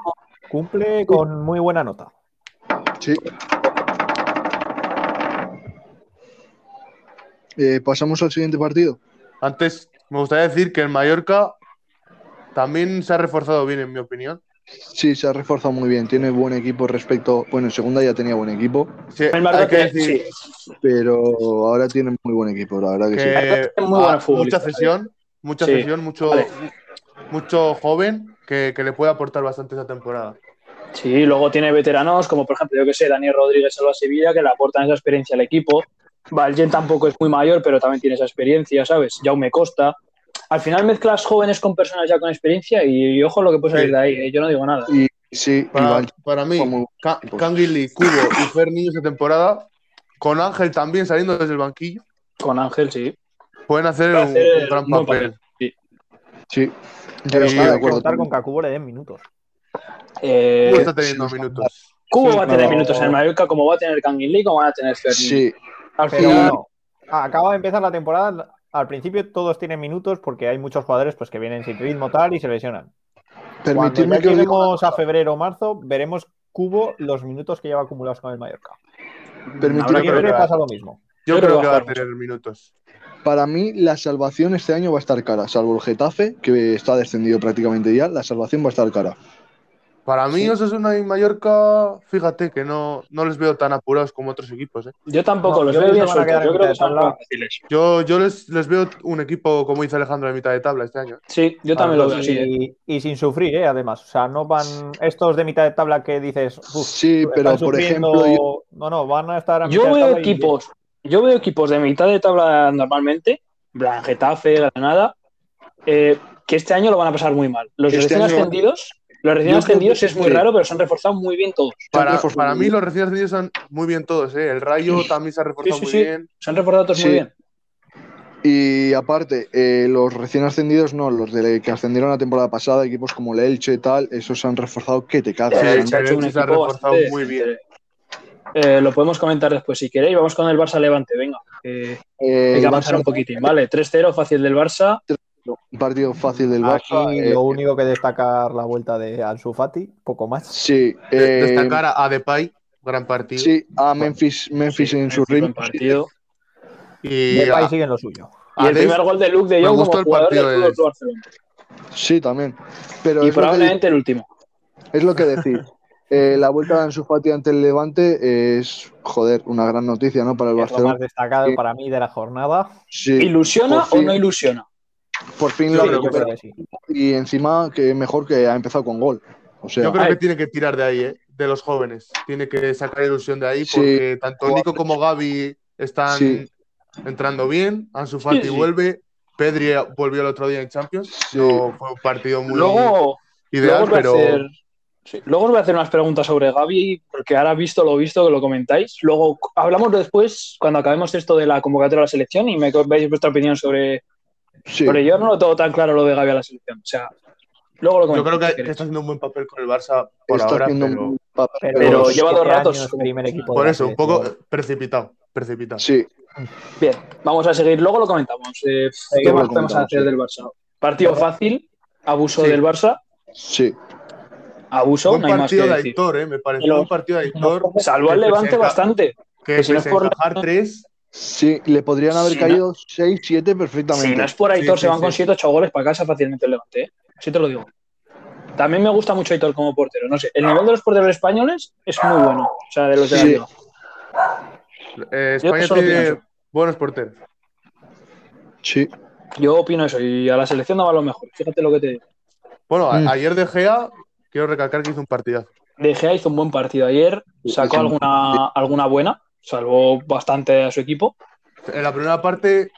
Cumple con muy buena nota. Sí. Eh, Pasamos al siguiente partido. Antes, me gustaría decir que el Mallorca también se ha reforzado bien, en mi opinión. Sí, se ha reforzado muy bien. Tiene buen equipo respecto. Bueno, en segunda ya tenía buen equipo, Sí, El hay Mallorca, que decir sí, pero ahora tiene muy buen equipo, la verdad que sí. que es muy buen ah, futbolista, mucha cesión, mucha Sí. cesión, mucho, Vale. mucho joven que, que le puede aportar bastante esa temporada. Sí, luego tiene veteranos, como por ejemplo, yo que sé, Daniel Rodríguez Salva Sevilla, que le aportan esa experiencia al equipo. Valjean tampoco es muy mayor, pero también tiene esa experiencia, ¿sabes? Jaume Costa. Al final mezclas jóvenes con personas ya con experiencia y, y ojo lo que puede salir Sí. de ahí. ¿eh? Yo no digo nada. Y sí, Para, Iván, para mí, como- Ka- Canguilí, Cubo y Fer Niño esta temporada, con Ángel también saliendo desde el banquillo, Con Ángel, sí. pueden hacer Puede un, hacer un gran un buen papel. sí. Yo Pero estoy de claro, hay que acuerdo. eh, Contar con también. Kakubo le den minutos. Eh, Cubo está teniendo minutos. Cubo sí, va a tener pero- minutos en el Mallorca, como va a tener Canguilí, como van a tener Fernández. Sí, Al Pero final, bueno, acaba de empezar la temporada. Al principio todos tienen minutos porque hay muchos jugadores pues, que vienen sin ritmo tal y se lesionan. Cuando permitidme ya que os diga, lleguemos a febrero o marzo, veremos Cubo los minutos que lleva acumulados con el Mallorca. permitidme Yo Habrá que creo que ver. pasa lo mismo. Yo, Yo creo creo que va a bajar tener minutos. Para mí, la salvación este año va a estar cara, salvo el Getafe, que está descendido prácticamente ya. La salvación va a estar cara. Para mí, Osasuna y Mallorca, fíjate que no, no les veo tan apurados como otros equipos. ¿eh? yo tampoco No, los yo veo creo bien que van a quedar sueltos. Yo en mitad creo que de son tabla. fáciles. Yo, yo les, les veo un equipo, como dice Alejandro, de mitad de tabla este año. Sí, yo también lo veo así. ¿eh? Y, y sin sufrir, ¿eh? además. O sea, no van estos de mitad de tabla que dices. "Uf, Sí, pero están por sufriendo". ejemplo, yo- No, no, van a estar a mitad Yo de veo tabla y- equipos, yo veo equipos de mitad de tabla normalmente, en plan Getafe, Granada, eh, que este año lo van a pasar muy mal. Los Este recién año- ascendidos, los recién Yo creo ascendidos que- es muy raro, pero se han reforzado muy bien todos. Para, reforzado para muy mí, bien. los recién ascendidos son muy bien todos. ¿eh? El Rayo también se ha reforzado Sí, sí, muy sí. bien. Se han reforzado todos Sí. muy bien. Y aparte, eh, los recién ascendidos, no, los de que ascendieron la temporada pasada, equipos como el Elche y tal, esos se han reforzado que te cagas. Sí, Eh, el se ha hecho un Elche se ha equipo reforzado bastante muy bien. decente. Eh, lo podemos comentar después si queréis. Vamos con el Barça Levante, venga. eh, Eh, hay el que avanzar Barça, un poquitín, ¿vale? 3-0, fácil del Barça. un partido fácil del Aquí Barça. eh, lo único que destacar la vuelta de Ansu Fati, poco más. sí, De- eh, Destacar a- a Depay, gran partido. sí, a Memphis, Memphis en su Buen ritmo. partido. Y Depay a- sigue en lo suyo. a Y el Dave- primer gol de Luke de me Jong gustó como el jugador partido del de- Club Club Barcelona. Sí, también. Pero Y es lo que probablemente el último. Es lo que decir. Eh, la vuelta de Ansu Fati ante el Levante es, joder, una gran noticia, ¿no? Para el Es lo más Barcelona. destacado Sí. para mí de la jornada. Sí, ¿Ilusiona por fin. o no ilusiona? por fin Yo lo ha creo que recuperado. sí. Y encima, que mejor que ha empezado con gol. O sea, Yo creo Ay. que tiene que tirar de ahí, ¿eh? de los jóvenes. Tiene que sacar ilusión de ahí Sí. porque tanto Nico como Gaby están Sí. entrando bien. Ansu Fati Sí, sí. vuelve. Pedri volvió el otro día en Champions. Sí. No fue un partido muy Luego, luego ideal, os voy a pero hacer- sí, luego os voy a hacer unas preguntas sobre Gaby, porque ahora visto lo visto que lo comentáis. Luego hablamos después, cuando acabemos esto de la convocatoria a la selección, y me veis vuestra opinión sobre. sí. Pero yo no lo tengo tan claro lo de Gaby a la selección. O sea, luego lo yo comentamos. creo que, si que queréis. está haciendo un buen papel con el Barça por está ahora. haciendo un pero- buen papel, Pero, este Pero siete lleva dos años ratos. primer equipo de por la eso, un selección. poco precipitado. precipitado. Sí, Bien, vamos a seguir. Luego lo comentamos. Eh, ¿Qué lo más comentamos, podemos hacer sí. del Barça? Partido fácil, abuso Sí. del Barça, sí. abuso, Buen no hay más que partido de decir. Aitor, ¿eh? me pareció Pero- un partido de Aitor. Salvó al que Levante pese a- bastante. Que que si no pese es por- a encajar tres, Sí, le podrían haber Sí, caído 6, 7 perfectamente. Si no es por Aitor, Sí, se sí, van con sí. 7 8 goles para casa fácilmente el Levante. ¿eh? Así te lo digo. También me gusta mucho Aitor como portero. No sé, el nivel de los porteros españoles es muy bueno. O sea, de los de la Sí. liga. eh, Yo España solo tiene pienso. buenos porteros. Sí, Yo opino eso. Y a la selección daba lo mejor. Fíjate lo que te digo. Bueno, a- Mm. ayer de Gea, quiero recalcar que hizo un partidazo. De Gea hizo un buen partido ayer. Sacó sí. alguna, alguna buena. Salvó bastante a su equipo. En la primera parte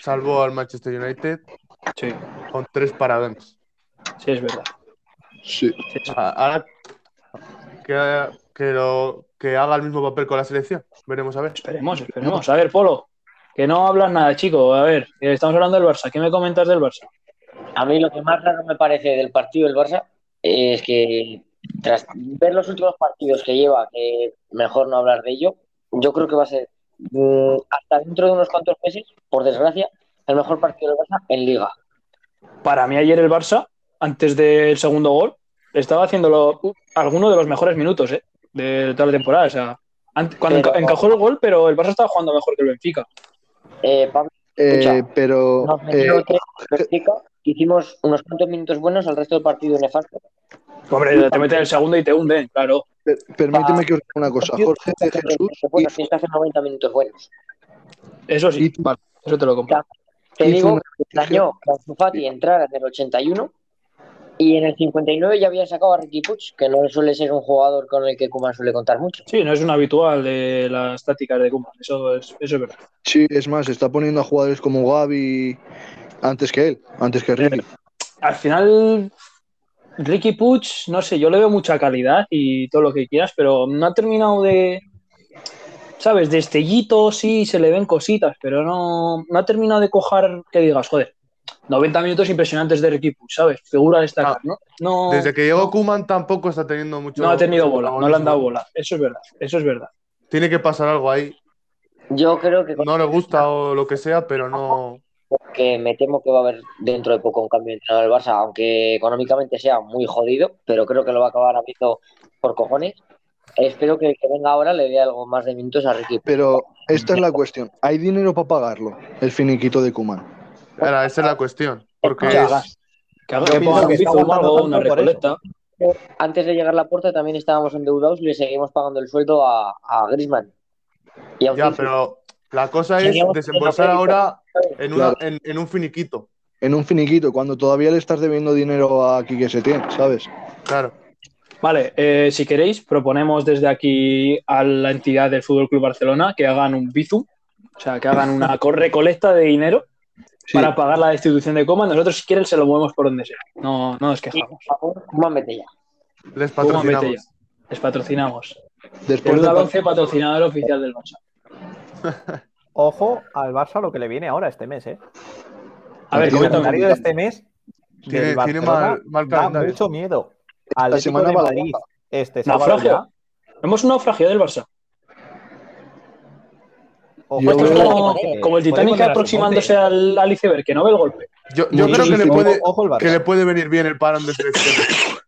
salvó al Manchester United Sí, con tres paradones. sí, es verdad. sí. A- Ahora que, que lo- que haga el mismo papel con la selección. Veremos a ver. Esperemos, esperemos. A ver, Polo. Que no hablas nada, chico. A ver, eh, estamos hablando del Barça. ¿Qué me comentas del Barça? A mí lo que más raro me parece del partido del Barça es que tras ver los últimos partidos que lleva, que mejor no hablar de ello, yo creo que va a ser mm, hasta dentro de unos cuantos meses, por desgracia, el mejor partido del Barça en Liga. Para mí ayer el Barça, antes del segundo gol, estaba haciendo lo- uh, alguno de los mejores minutos ¿eh? de toda la temporada. O sea, ant- cuando Pero- enca- encajó el gol, pero el Barça estaba jugando mejor que el Benfica. Eh, Pablo, Eh, Escucha, pero nos eh, metió tres, nos explica, hicimos unos cuantos minutos buenos, el resto del partido nefasto. Hombre, te meten el segundo y te hunden, claro. per- permíteme que os diga una cosa. Pues Jorge de Jesús Bueno, tienes que hacer 90 minutos buenos. Eso sí, hizo- eso te lo compro. Te hizo digo una- dañó que Ansu Fati entrara en el 81 y en el 59 ya había sacado a Ricky Puig, que no suele ser un jugador con el que Kuman suele contar mucho. Sí, no es un habitual de las tácticas de Koeman, eso es, eso es verdad. Sí, es más, está poniendo a jugadores como Gaby, Antes que él, antes que Ricky. Al final, Ricky Puch, no sé, yo le veo mucha calidad y todo lo que quieras, pero no ha terminado de. ¿Sabes? Destellitos, sí, se le ven cositas, pero no, no ha terminado de cojar que digas, joder, 90 minutos impresionantes de Ricky Puch, ¿sabes? Figura destacada, ¿no? No, Ah, Desde que llegó Kuman tampoco está teniendo mucho. no ha tenido bola, no le han dado protagonismo. bola. Eso es verdad, eso es verdad. Tiene que pasar algo ahí. Yo creo que, No le gusta o lo que sea, pero no. que me temo que va a haber dentro de poco un cambio de entrenador del Barça, aunque económicamente sea muy jodido, pero creo que lo va a acabar habiendo por cojones. Espero que el que venga ahora le dé algo más de minutos a Ricky. Pero esta es la cuestión. ¿Hay dinero para pagarlo? El finiquito de Kuman. Ahora, esa es la cuestión. Porque Que es- hagas- Que hagas Yo que pienso pongan que un está bizum o algo, aguantando una tanto por eso. recolecta. Antes de llegar a la puerta también estábamos endeudados y le seguimos pagando el sueldo a, a Griezmann. Y a ya, Flick. pero la cosa es Teníamos que desembolsar no ahora en, una, en, en un finiquito. En un finiquito, cuando todavía le estás debiendo dinero a Quique Setién, ¿sabes? Claro. Vale, eh, si queréis, proponemos desde aquí a la entidad del Fútbol Club Barcelona que hagan un bizum, o sea, que hagan una co- recolecta de dinero Sí. para pagar la destitución de Coman. Nosotros, si quieren, se lo movemos por donde sea. No, no nos Y, quejamos. por favor, Koeman, vete ya. Les Coman, vete patrocinamos. ya. Les patrocinamos. Después Peluda del, par- 11, patrocinador oficial del Barça. Ojo al Barça lo que le viene ahora este mes, ¿eh? A ver, El Coméntame, coméntame. calendario de este mes del Tiene- tiene Barcelona mal- mal da calendario. mucho miedo. Al semana de va la Madrid Copa. este sábado Naufragio. ya. Hemos un naufragio del Barça. Ojo, Yo esto es veo- como- Como, como el Titanic Podemos llegar a aproximándose Monte. al, al iceberg, que no ve el golpe. Yo, yo Sí, creo sí, que le, sí. puede, Ojo el Barça. que le puede venir bien el parón de este selecciones.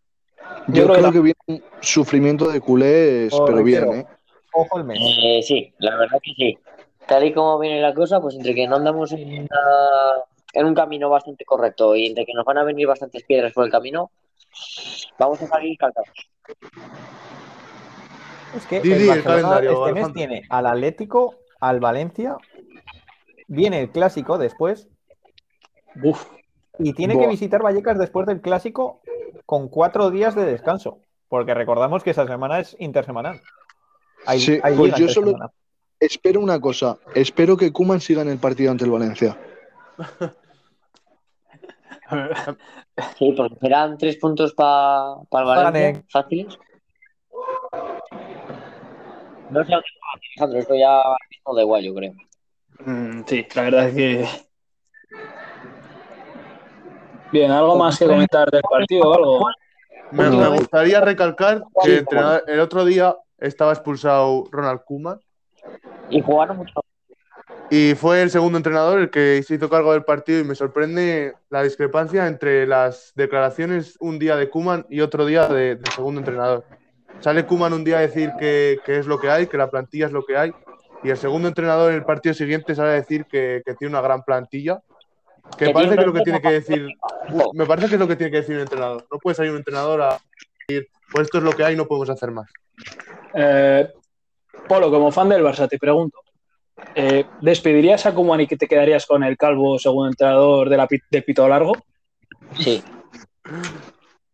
yo, yo creo creo que- que viene un sufrimiento de culés, Oh, pero bien, reitero. ¿eh? Ojo el mes. Eh, sí, la verdad que sí. Tal y como viene la cosa, pues entre que no andamos en, una- en un camino bastante correcto y entre que nos van a venir bastantes piedras por el camino, vamos a salir calzados. Es que Didi, el el Barcelona calendario, este mes Alejandro. tiene al Atlético, al Valencia, viene el clásico después Uf, y tiene Buah. que visitar Vallecas después del clásico con cuatro días de descanso, porque recordamos que esa semana es intersemanal. Hay- Sí, hay pues liga yo entre solo- semana. Espero una cosa. Espero que Kuman siga en el partido ante el Valencia. Sí, porque serán tres puntos para el Valencia, Ganen. fáciles. No sé, Alejandro, esto ya ahora mismo da igual, yo creo. mm, sí, la verdad es que. Bien, ¿algo más que comentar del partido o algo? Me, me gustaría recalcar que el, entrenador- el otro día estaba expulsado Ronald Koeman Y jugaron mucho. y fue el segundo entrenador el que se hizo cargo del partido y me sorprende la discrepancia entre las declaraciones un día de Kuman y otro día de- del segundo entrenador. Sale Kuman un día a decir que, que es lo que hay, que la plantilla es lo que hay y el segundo entrenador en el partido siguiente sale a decir que, que tiene una gran plantilla. Que, Que parece tiene que es lo que un tiene que decir, Ojo. me parece que es lo que tiene que decir un entrenador. No puede salir un entrenador a decir, pues esto es lo que hay, no podemos hacer más. Eh, Polo, como fan del Barça, te pregunto. eh, ¿Despedirías a Koeman y que te quedarías con el calvo segundo entrenador de la pi- del pito largo? Sí.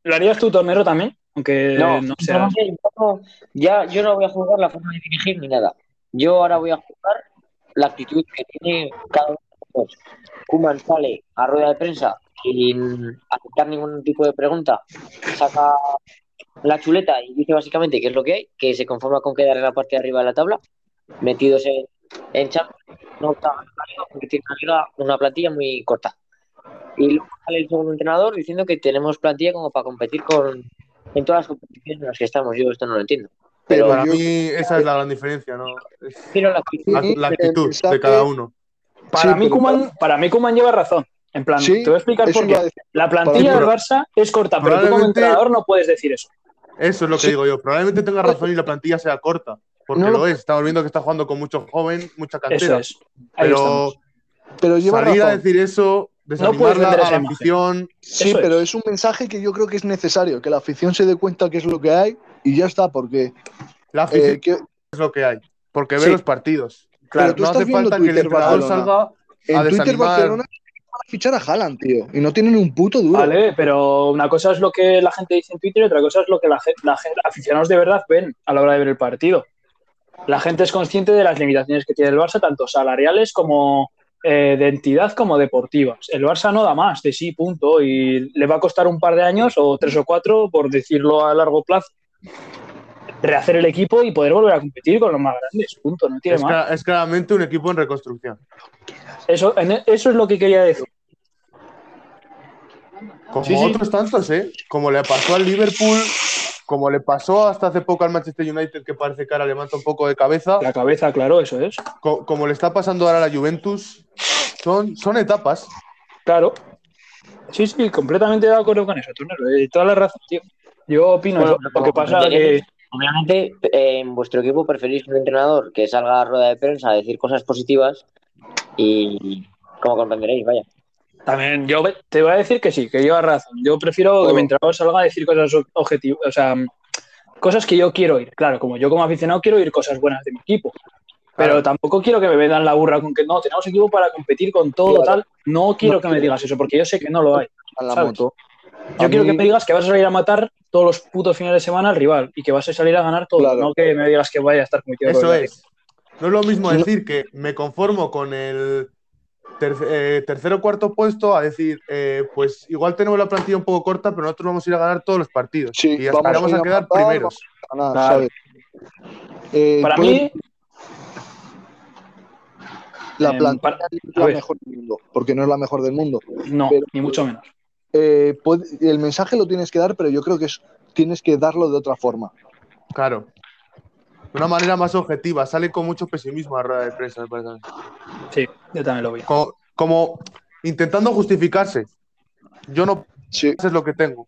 ¿Lo harías tú, Tornero, también? Aunque Eh, no, sea. no sé, yo no- ya yo no voy a jugar la forma de dirigir ni nada. Yo ahora voy a jugar la actitud que tiene cada uno de nosotros. Koeman sale a rueda de prensa sin aceptar ningún tipo de pregunta, saca la chuleta y dice básicamente qué es lo que hay, que se conforma con quedar en la parte de arriba de la tabla, metidos en, en Champions, no está en la liga porque tiene una, liga- una plantilla muy corta. Y luego sale el segundo entrenador diciendo que tenemos plantilla como para competir con, en todas las competiciones en las que estamos, yo esto no lo entiendo. Pero Para yo- mí esa es la gran diferencia, ¿no? Es Pero la la, Sí, la pero actitud el de cada mensaje- uno. Para, Sí, mí, pero- Koeman, para mí, Koeman lleva razón. En plan, Sí, te voy a explicar Eso por qué. iba a decir. La plantilla mí, del pero- Barça es corta, pero tú como Probablemente- entrenador no puedes decir eso. Eso es lo que Sí. digo yo. Probablemente tenga razón y la plantilla sea corta, porque No lo- lo es. Estamos viendo que está jugando con mucho joven, mucha Eso cantera. es. Ahí Pero estamos. Pero lleva salir a razón. decir eso, puedes desanimarla vender a esa la imagen. afición, Sí, Eso es. pero es un mensaje que yo creo que es necesario, que la afición se dé cuenta que es lo que hay y ya está, porque la afición eh, que es lo que hay, porque ve sí. los partidos. Claro, tú no estás hace viendo falta que el Twitter entrenador Barcelona. salga a en Twitter desanimar. Barcelona van a fichar a Haaland, tío, y no tienen un puto duro. Vale, pero una cosa es lo que la gente dice en Twitter y otra cosa es lo que la gente, aficionados de verdad ven a la hora de ver el partido. La gente es consciente de las limitaciones que tiene el Barça, tanto salariales como eh, de entidad como deportivas. El Barça no da más de sí, punto. Y le va a costar un par de años o tres o cuatro, por decirlo a largo plazo, rehacer el equipo y poder volver a competir con los más grandes, punto. No tiene Es, más. cla- es claramente un equipo en reconstrucción. Eso, en- e, eso es lo que quería decir. Como Ah. Sí, sí. otros tantos, ¿eh? Como le pasó al Liverpool, como le pasó hasta hace poco al Manchester United, que parece que ahora levanta un poco de cabeza, La cabeza, claro, eso es. co- como le está pasando ahora a la Juventus. Son, son etapas. Claro. Sí, sí, completamente de acuerdo con eso, Turnero. eh, toda la razón, tío. Yo opino Bueno, eso. Lo que pasa es que. Obviamente, eh, en vuestro equipo preferís un entrenador que salga a rueda de prensa a decir cosas positivas y, como comprenderéis, vaya. También yo te voy a decir que sí, que llevas razón. Yo prefiero que mi entrenador salga a decir cosas ob- objetivas, o sea, cosas que yo quiero ir. Claro, como yo como aficionado quiero ir cosas buenas de mi equipo. Pero Claro. tampoco quiero que me vendan la burra con que no, tenemos equipo para competir con todo Claro. tal. No quiero que me digas eso, porque yo sé que no lo hay. a la ¿Sabes? moto. Yo A quiero que mí- me digas que vas a salir a matar todos los putos fines de semana al rival y que vas a salir a ganar todo, Claro. no que me digas que vaya a estar cometido Eso errores. es. No es lo mismo decir que me conformo con el ter- eh, tercer o cuarto puesto a decir, eh, pues igual tenemos la plantilla un poco corta, pero nosotros vamos a ir a ganar todos los partidos. Sí, y hasta vamos a vamos ir a a quedar matar, primeros. a nada, Claro. ¿sabes? Eh, Para puede- mí, la em, plantilla para- no es a la ver. mejor del mundo, porque no es la mejor del mundo. no, Pero- ni mucho menos. Eh, puede- el mensaje lo tienes que dar, pero yo creo que es, tienes que darlo de otra forma. Claro. De una manera más objetiva. Sale con mucho pesimismo a rueda de prensa, me parece. Sí, yo también lo veo. Como, como intentando justificarse. Yo no Sí, eso es lo que tengo.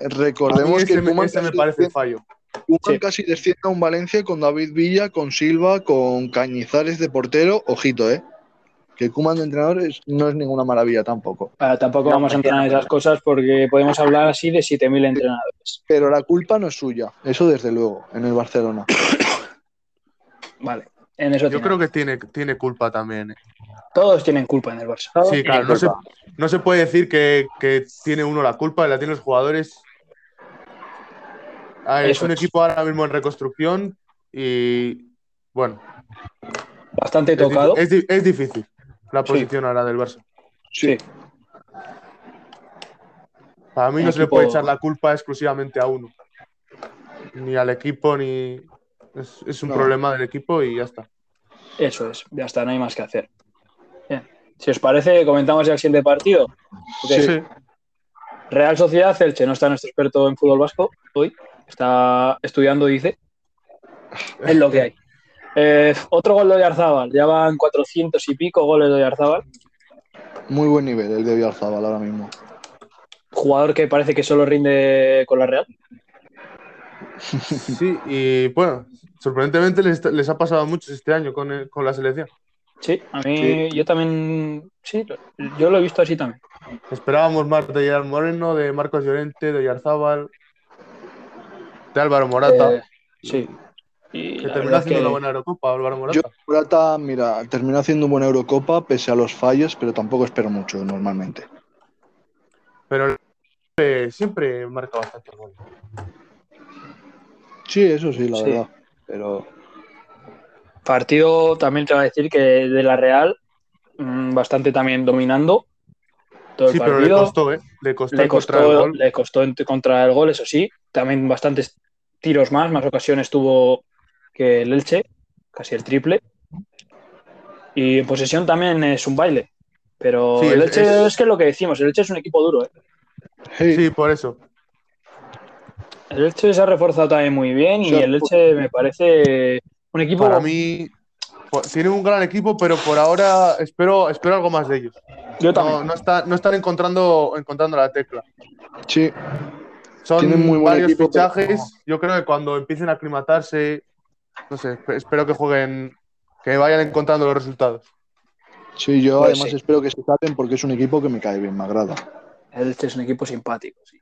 A mí recordemos ese, que me- Koeman ese me casi parece el desciende- fallo. Koeman Sí. casi desciende a un Valencia con David Villa, con Silva, con Cañizares de portero. Ojito, ¿eh? Que Kuman de entrenador es- no es ninguna maravilla tampoco. Ahora, Ah, tampoco vamos a entrar en esas cosas porque podemos hablar así de 7.000 entrenadores. Pero la culpa no es suya, eso desde luego, en el Barcelona. Vale, en eso Yo tiene- creo que tiene, tiene culpa también. ¿eh? todos tienen culpa en el Barça. Sí, claro, no se, no se puede decir que, que tiene uno la culpa, la tienen los jugadores. A ver, es Eso un es. equipo ahora mismo en reconstrucción y bueno, Bastante es, di- tocado. es di- es difícil la Sí. posición ahora del Barça. Sí, Para mí Un no se le equipo- puede echar la culpa exclusivamente a uno, ni al equipo, ni es, es un No. problema del equipo y ya está. eso es. Ya está, no hay más que hacer. Bien. Si os parece, comentamos ya el siguiente partido. Ok. Sí, Real Sociedad, Elche, no está nuestro experto en fútbol vasco hoy, está estudiando, dice, es lo que hay. Eh, otro gol de Oyarzábal, ya van 400 y pico goles de Oyarzábal, Muy buen nivel el de Villarzábal ahora mismo. jugador que parece que solo rinde con la Real. Sí, y bueno, sorprendentemente les, les ha pasado a muchos este año con, el- con la selección. Sí, a mí yo también, sí, lo- yo lo he visto así también. Esperábamos más de Gerard Moreno, de Marcos Llorente, de Yarzábal, de Álvaro Morata, Eh, sí. Y que la terminó verdad es haciendo que- una buena Eurocopa, Álvaro Morata. Yo, Morata, mira, terminó haciendo buena Eurocopa pese a los fallos, pero tampoco espero mucho normalmente. Pero eh, siempre marca bastante gol. Sí, eso sí, la Sí. verdad. Pero Partido también te va a decir que de la Real, mm, bastante también dominando. Todo el Sí, pero le partido. costó, ¿eh? Le costó le encontrar el costó, gol. le costó ent- contra el gol, eso sí. También bastantes tiros más, más ocasiones tuvo que el Elche, casi el triple. Y en posesión también es un baile. Pero Sí, el es- Elche es, es- que lo que decimos, el Elche es un equipo duro. ¿eh? hey, Sí, por eso. El Elche se ha reforzado también muy bien y Sí. el Elche me parece un equipo pues Para mí pues, tiene un gran equipo, pero por ahora espero, espero algo más de ellos. yo también. No, no, está- no están encontrando, encontrando la tecla. sí, Son Tienen muy buen varios equipo, pero fichajes. Yo creo que cuando empiecen a aclimatarse, no sé, esp- espero que jueguen, que vayan encontrando los resultados. sí, yo Pues además sí. espero que se salen porque es un equipo que me cae bien, me agrada. El Elche es un equipo simpático. Sí,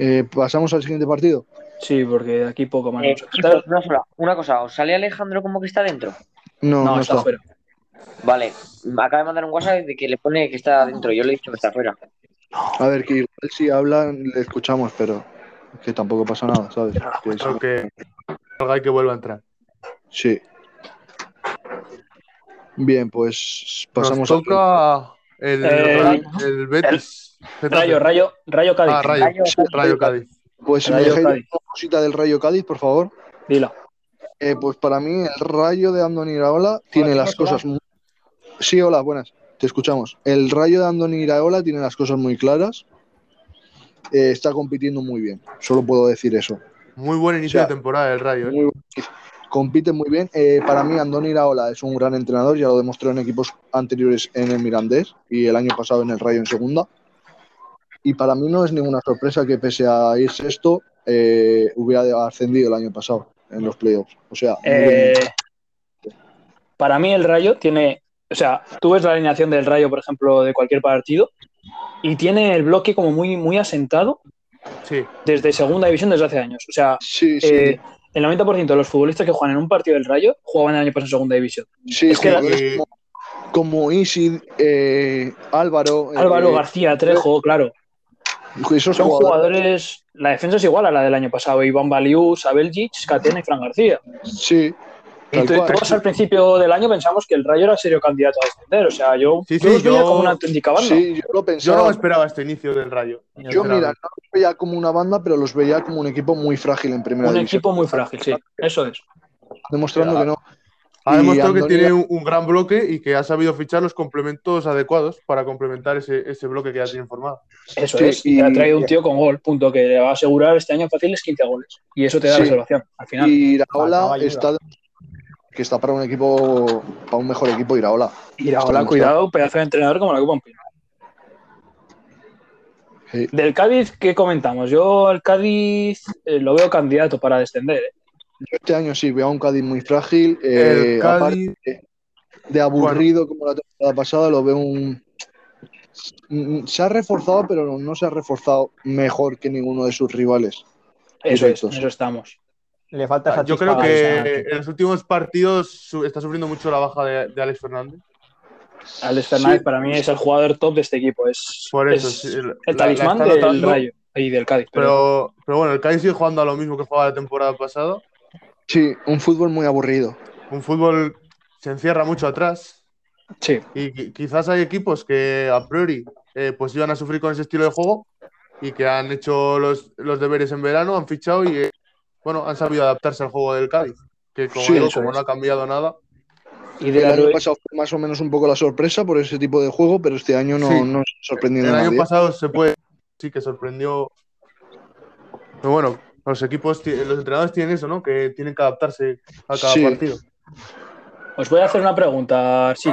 Eh, Pasamos al siguiente partido. Sí, porque aquí poco más. Eh, vamos a chicos, contar. una, sola- una cosa, ¿os sale Alejandro como que está dentro? No, No, no está está. fuera. Vale, me acaba de mandar un WhatsApp de que le pone que está dentro. Yo le he dicho que está fuera. A ver, que igual si hablan le escuchamos, pero que tampoco pasa nada, ¿sabes? Que es- Creo que hay que vuelva a entrar. Sí. Bien, pues pasamos Nos a... toca el, Eh, el Betis. Rayo, Rayo, Rayo Cádiz. Ah, Rayo. Rayo, Rayo, Cádiz. Pues me Rayo dejáis Cádiz. una cosita del Rayo Cádiz, por favor. Dilo. Eh, pues para mí el Rayo de Andoni Iraola tiene las cosas... muy- Sí, hola, buenas. Te escuchamos. El Rayo de Andoni Iraola tiene las cosas muy claras. Eh, está compitiendo muy bien. Solo puedo decir eso. Muy buen inicio O sea, de temporada del Rayo. ¿eh? Muy bueno. compite muy bien. Eh, para mí, Andoni Iraola es un gran entrenador, ya lo demostró en equipos anteriores en el Mirandés y el año pasado en el Rayo en segunda. Y para mí no es ninguna sorpresa que pese a ir sexto, eh, hubiera ascendido el año pasado en los playoffs. O sea, muy Eh, bien. para mí el Rayo tiene, o sea, tú ves la alineación del Rayo, por ejemplo, de cualquier partido, y tiene el bloque como muy, muy asentado Sí. desde segunda división desde hace años. O sea, sí, sí, eh, el 90% de los futbolistas que juegan en un partido del Rayo jugaban el año pasado en segunda división. sí, es que la- jugadores como, como Isid, eh, Álvaro, eh, Álvaro García, Trejo, claro, esos son jugadores, jugadores, la defensa es igual a la del año pasado, Iván Baliú, Sabeljic, Catena y Fran García. sí, Y tal tú- cual. todos al principio del año pensamos que el Rayo era serio candidato a descender, o sea, yo, Sí, yo sí, los veía yo- como una auténtica banda. sí, yo lo Yo pensaba. no esperaba este inicio del Rayo. Yo, mira, no los veía como una banda, pero los veía como un equipo muy frágil en primera Un división. equipo muy frágil, sí, eso es. Demostrando que no. Ha demostrado Y que Andoni- tiene un, un gran bloque y que ha sabido fichar los complementos adecuados para complementar ese, ese bloque que ya tienen formado. Eso Sí, es. Y ha y- traído un tío con gol, punto, que le va a asegurar este año fáciles 15 goles. Y eso te da Sí. la salvación, al final. Y Faltaba Iraola ayuda. está que está para un equipo, para un mejor equipo Iraola. Y ahora, Está cuidado, pedazo de entrenador como la Copa Pino. Sí. Del Cádiz, ¿qué comentamos? Yo al Cádiz eh, lo veo candidato para descender. ¿eh? Este año sí, veo a un Cádiz muy frágil. eh, el Cádiz. aparte de aburrido como la temporada pasada, lo veo un... Mm, Se ha reforzado, pero no se ha reforzado mejor que ninguno de sus rivales. Eso es, Exacto. en eso estamos. Le falta esa Ah, Yo chispa creo que de- en los últimos partidos su- está sufriendo mucho la baja de, de Alex Fernández. Alex Fernández Sí. para mí es el jugador top de este equipo. Es, Por eso, es sí, la- el la- la talismán están del notando, Rayo y del Cádiz. Pero, Pero, pero bueno, el Cádiz sigue jugando a lo mismo que jugaba la temporada pasada. Sí, un fútbol muy aburrido. Un fútbol se encierra mucho atrás sí, y qui- quizás hay equipos que a priori eh, pues iban a sufrir con ese estilo de juego y que han hecho los, los deberes en verano, han fichado y eh, bueno, han sabido adaptarse al juego del Cádiz, que como, Sí, digo, eso como no ha cambiado nada, y de El la año pasado fue más o menos un poco la sorpresa por ese tipo de juego, pero este año no, Sí. no está sorprendiendo el a año nadie. pasado se puede sí que sorprendió. Pero bueno, los equipos, ti- los entrenadores tienen eso, ¿no? Que tienen que adaptarse a cada Sí. partido. Os voy a hacer una pregunta, sí.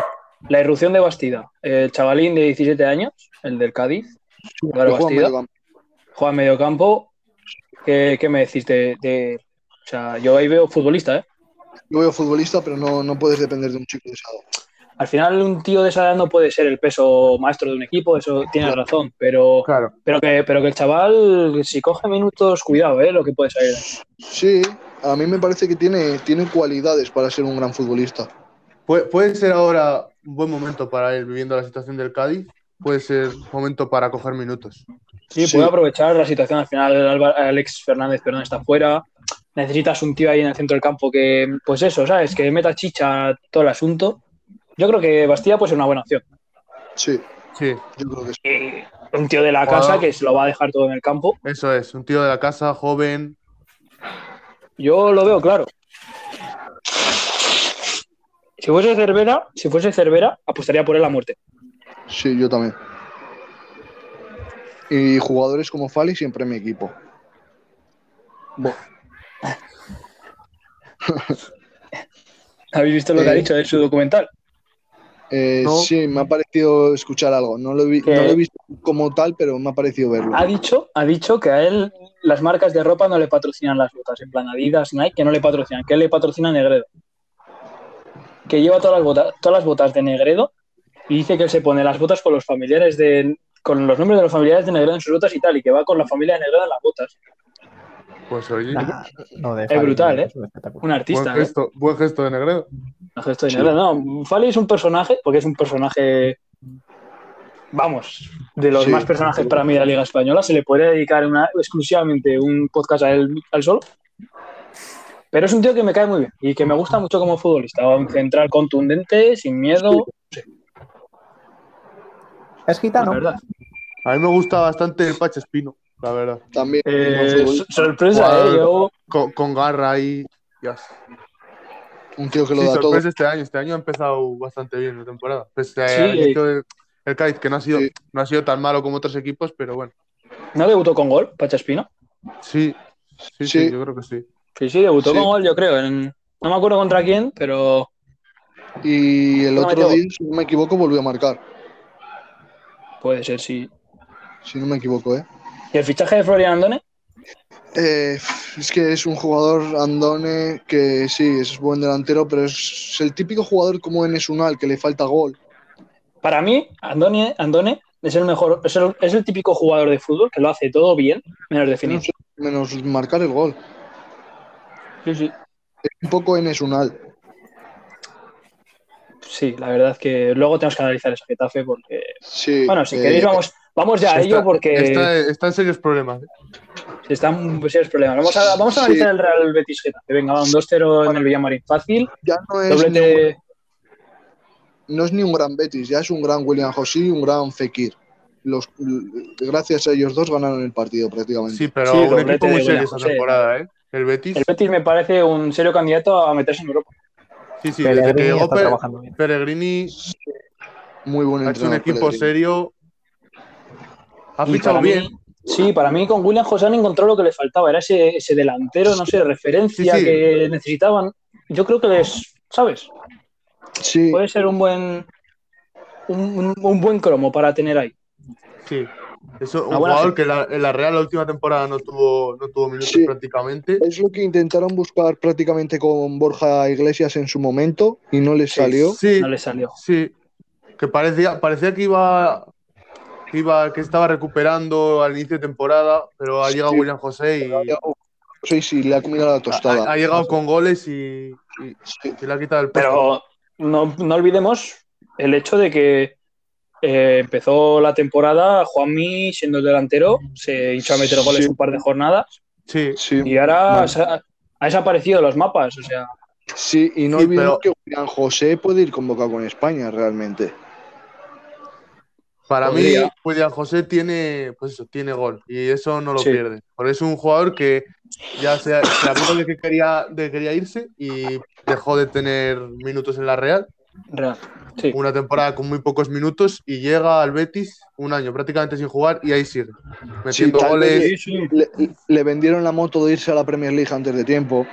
La irrupción de Bastida. El chavalín de 17 años, el del Cádiz, Álvaro Yo juego Bastida, medio campo. juega en medio campo. ¿Qué, qué me decís de, de- O sea, yo ahí veo futbolista, ¿eh? Yo veo futbolista, pero no, no puedes depender de un chico de esa edad. Al final un tío de esa edad no puede ser el peso maestro de un equipo, eso tienes razón, pero, Claro. pero, que, pero que el chaval, si coge minutos, cuidado, ¿eh? Lo que puede salir. Sí, a mí me parece que tiene, tiene cualidades para ser un gran futbolista. Pu- puede ser ahora un buen momento para ir viviendo la situación del Cádiz. Puede ser momento para coger minutos. Sí, Sí. puede aprovechar la situación. Al final, Alba- Alex Fernández perdón, está fuera. Necesitas un tío ahí en el centro del campo que, pues eso, ¿sabes? Que meta chicha a todo el asunto. Yo creo que Bastida puede ser una buena opción. Sí, Sí, yo creo que sí. Y un tío de la Jugador. casa que se lo va a dejar todo en el campo. eso es. Un tío de la casa, joven. Yo lo veo claro. Si fuese Cervera, si fuese Cervera, apostaría por él a muerte. Sí, yo también. Y jugadores como Fali siempre en mi equipo. ¿Habéis visto lo que ha Eh. dicho en su documental? Eh, No. Sí, me ha parecido escuchar algo. No lo, vi- ¿Qué? no lo he visto como tal, pero me ha parecido verlo. Ha dicho, ha dicho que a él las marcas de ropa no le patrocinan las botas. En plan, Adidas, Nike, que no le patrocinan. Que le patrocina Negredo. Que lleva todas las botas, todas las botas de Negredo y dice que él se pone las botas con los familiares de... Con los nombres de los familiares de Negredo en sus botas y tal. Y que va con la familia de Negredo en las botas. Pues oye, Nah, Ah, no, de Es Fali, brutal, no, ¿eh? es un espectáculo. Un buen, artista, ¿eh? gesto, buen gesto de Negredo. No, gesto de Negredo. No, Fali es un personaje, porque es un personaje... Vamos, de los Sí. más personajes para mí de la Liga Española. Se le puede dedicar una, exclusivamente un podcast a él al solo. Pero es un tío que me cae muy bien y que me gusta mucho como futbolista. Un central contundente, sin miedo. Es La gitano. verdad. A mí me gusta bastante el Pache Espino, la verdad. También. Eh, un, buen futbolista, so- sorpresa, eh, yo. Con, con garra ahí. y así. un tío que lo Sí, da todo. sorpresa este año. Este año ha empezado bastante bien la temporada. Pese a- Sí, al eh. inicio del- el Cádiz, que no ha, sido, Sí. no ha sido tan malo como otros equipos, pero bueno. ¿No debutó con gol, Pachaspino? Sí, sí, sí, Sí. yo creo que sí. Sí, sí, debutó Sí. con gol, yo creo. en- No me acuerdo contra quién, pero. Y el No me otro llevo. día, si no me equivoco, volvió a marcar. Puede ser, sí. Si no me equivoco, ¿eh? ¿Y el fichaje de Florian Andone? Eh, es que es un jugador andone que sí, es buen delantero, pero es el típico jugador como en Esunal, que le falta gol. Para mí, Andone, Andone es el mejor, es el, es el típico jugador de fútbol que lo hace todo bien, menos definir. Menos, menos marcar el gol. Sí, sí. Un poco en Esunal. Sí, la verdad es que luego tenemos que analizar ese Getafe porque. Sí. Bueno, si eh, queréis, vamos, vamos ya a ello Está- porque está, está en serios problemas. ¿eh? están serios problemas. Vamos a, vamos a analizar Sí. el Real Betis Getafe. Venga, va un 2-0 en el Villamarín. Fácil. Ya no es, ni un- Doblete. no es ni un gran Betis, ya es un gran William José y un gran Fekir. Los, gracias a ellos dos ganaron el partido prácticamente. Sí, pero Sí, un doblete equipo de muy William serio esta José. temporada, ¿eh? El Betis. El Betis me parece un serio candidato a meterse en Europa. Sí, sí, desde que Pellegrini llegó está Pe- trabajando bien. Pellegrini Muy buen ha hecho un entrenador. equipo Pellegrini. serio. Ha Y fichado para mí- bien. Sí, para mí con William José encontró lo que le faltaba. Era ese, ese delantero, no sé, referencia Sí, sí. que necesitaban. Yo creo que les, ¿sabes? Sí, Puede ser un buen un, un- un buen cromo para tener ahí. Sí. Es un Ah, bueno, jugador sí. que la- en la Real la última temporada no tuvo, no tuvo minutos Sí. prácticamente. es lo que intentaron buscar prácticamente con Borja Iglesias en su momento y no les salió. Sí, No le salió. sí. Que parecía, parecía que iba, que iba, que estaba recuperando al inicio de temporada, pero ha Sí. llegado William José y Ha llegado- Sí, sí, le ha comido la tostada. ha, ha llegado con goles y, y- Sí, y le ha quitado el puesto. Pero no, no olvidemos el hecho de que eh, empezó la temporada Juanmi siendo el delantero, se hizo a meter goles Sí. un par de jornadas Sí. sí. y ahora Vale. se ha, ha desaparecido de los mapas. O sea, Sí, y no Sí, olvidemos pero- que Julián José puede ir convocado con España realmente. Para mí, Podría. William José tiene, pues eso, tiene gol y eso no lo Sí. pierde. Porque es un jugador que ya se, se habló de que quería, de que quería irse y dejó de tener minutos en la Real. real. Sí. Una temporada con muy pocos minutos y llega al Betis un año prácticamente sin jugar y ahí sigue. Metiendo tal vez goles. Le, le vendieron la moto de irse a la Premier League antes de tiempo.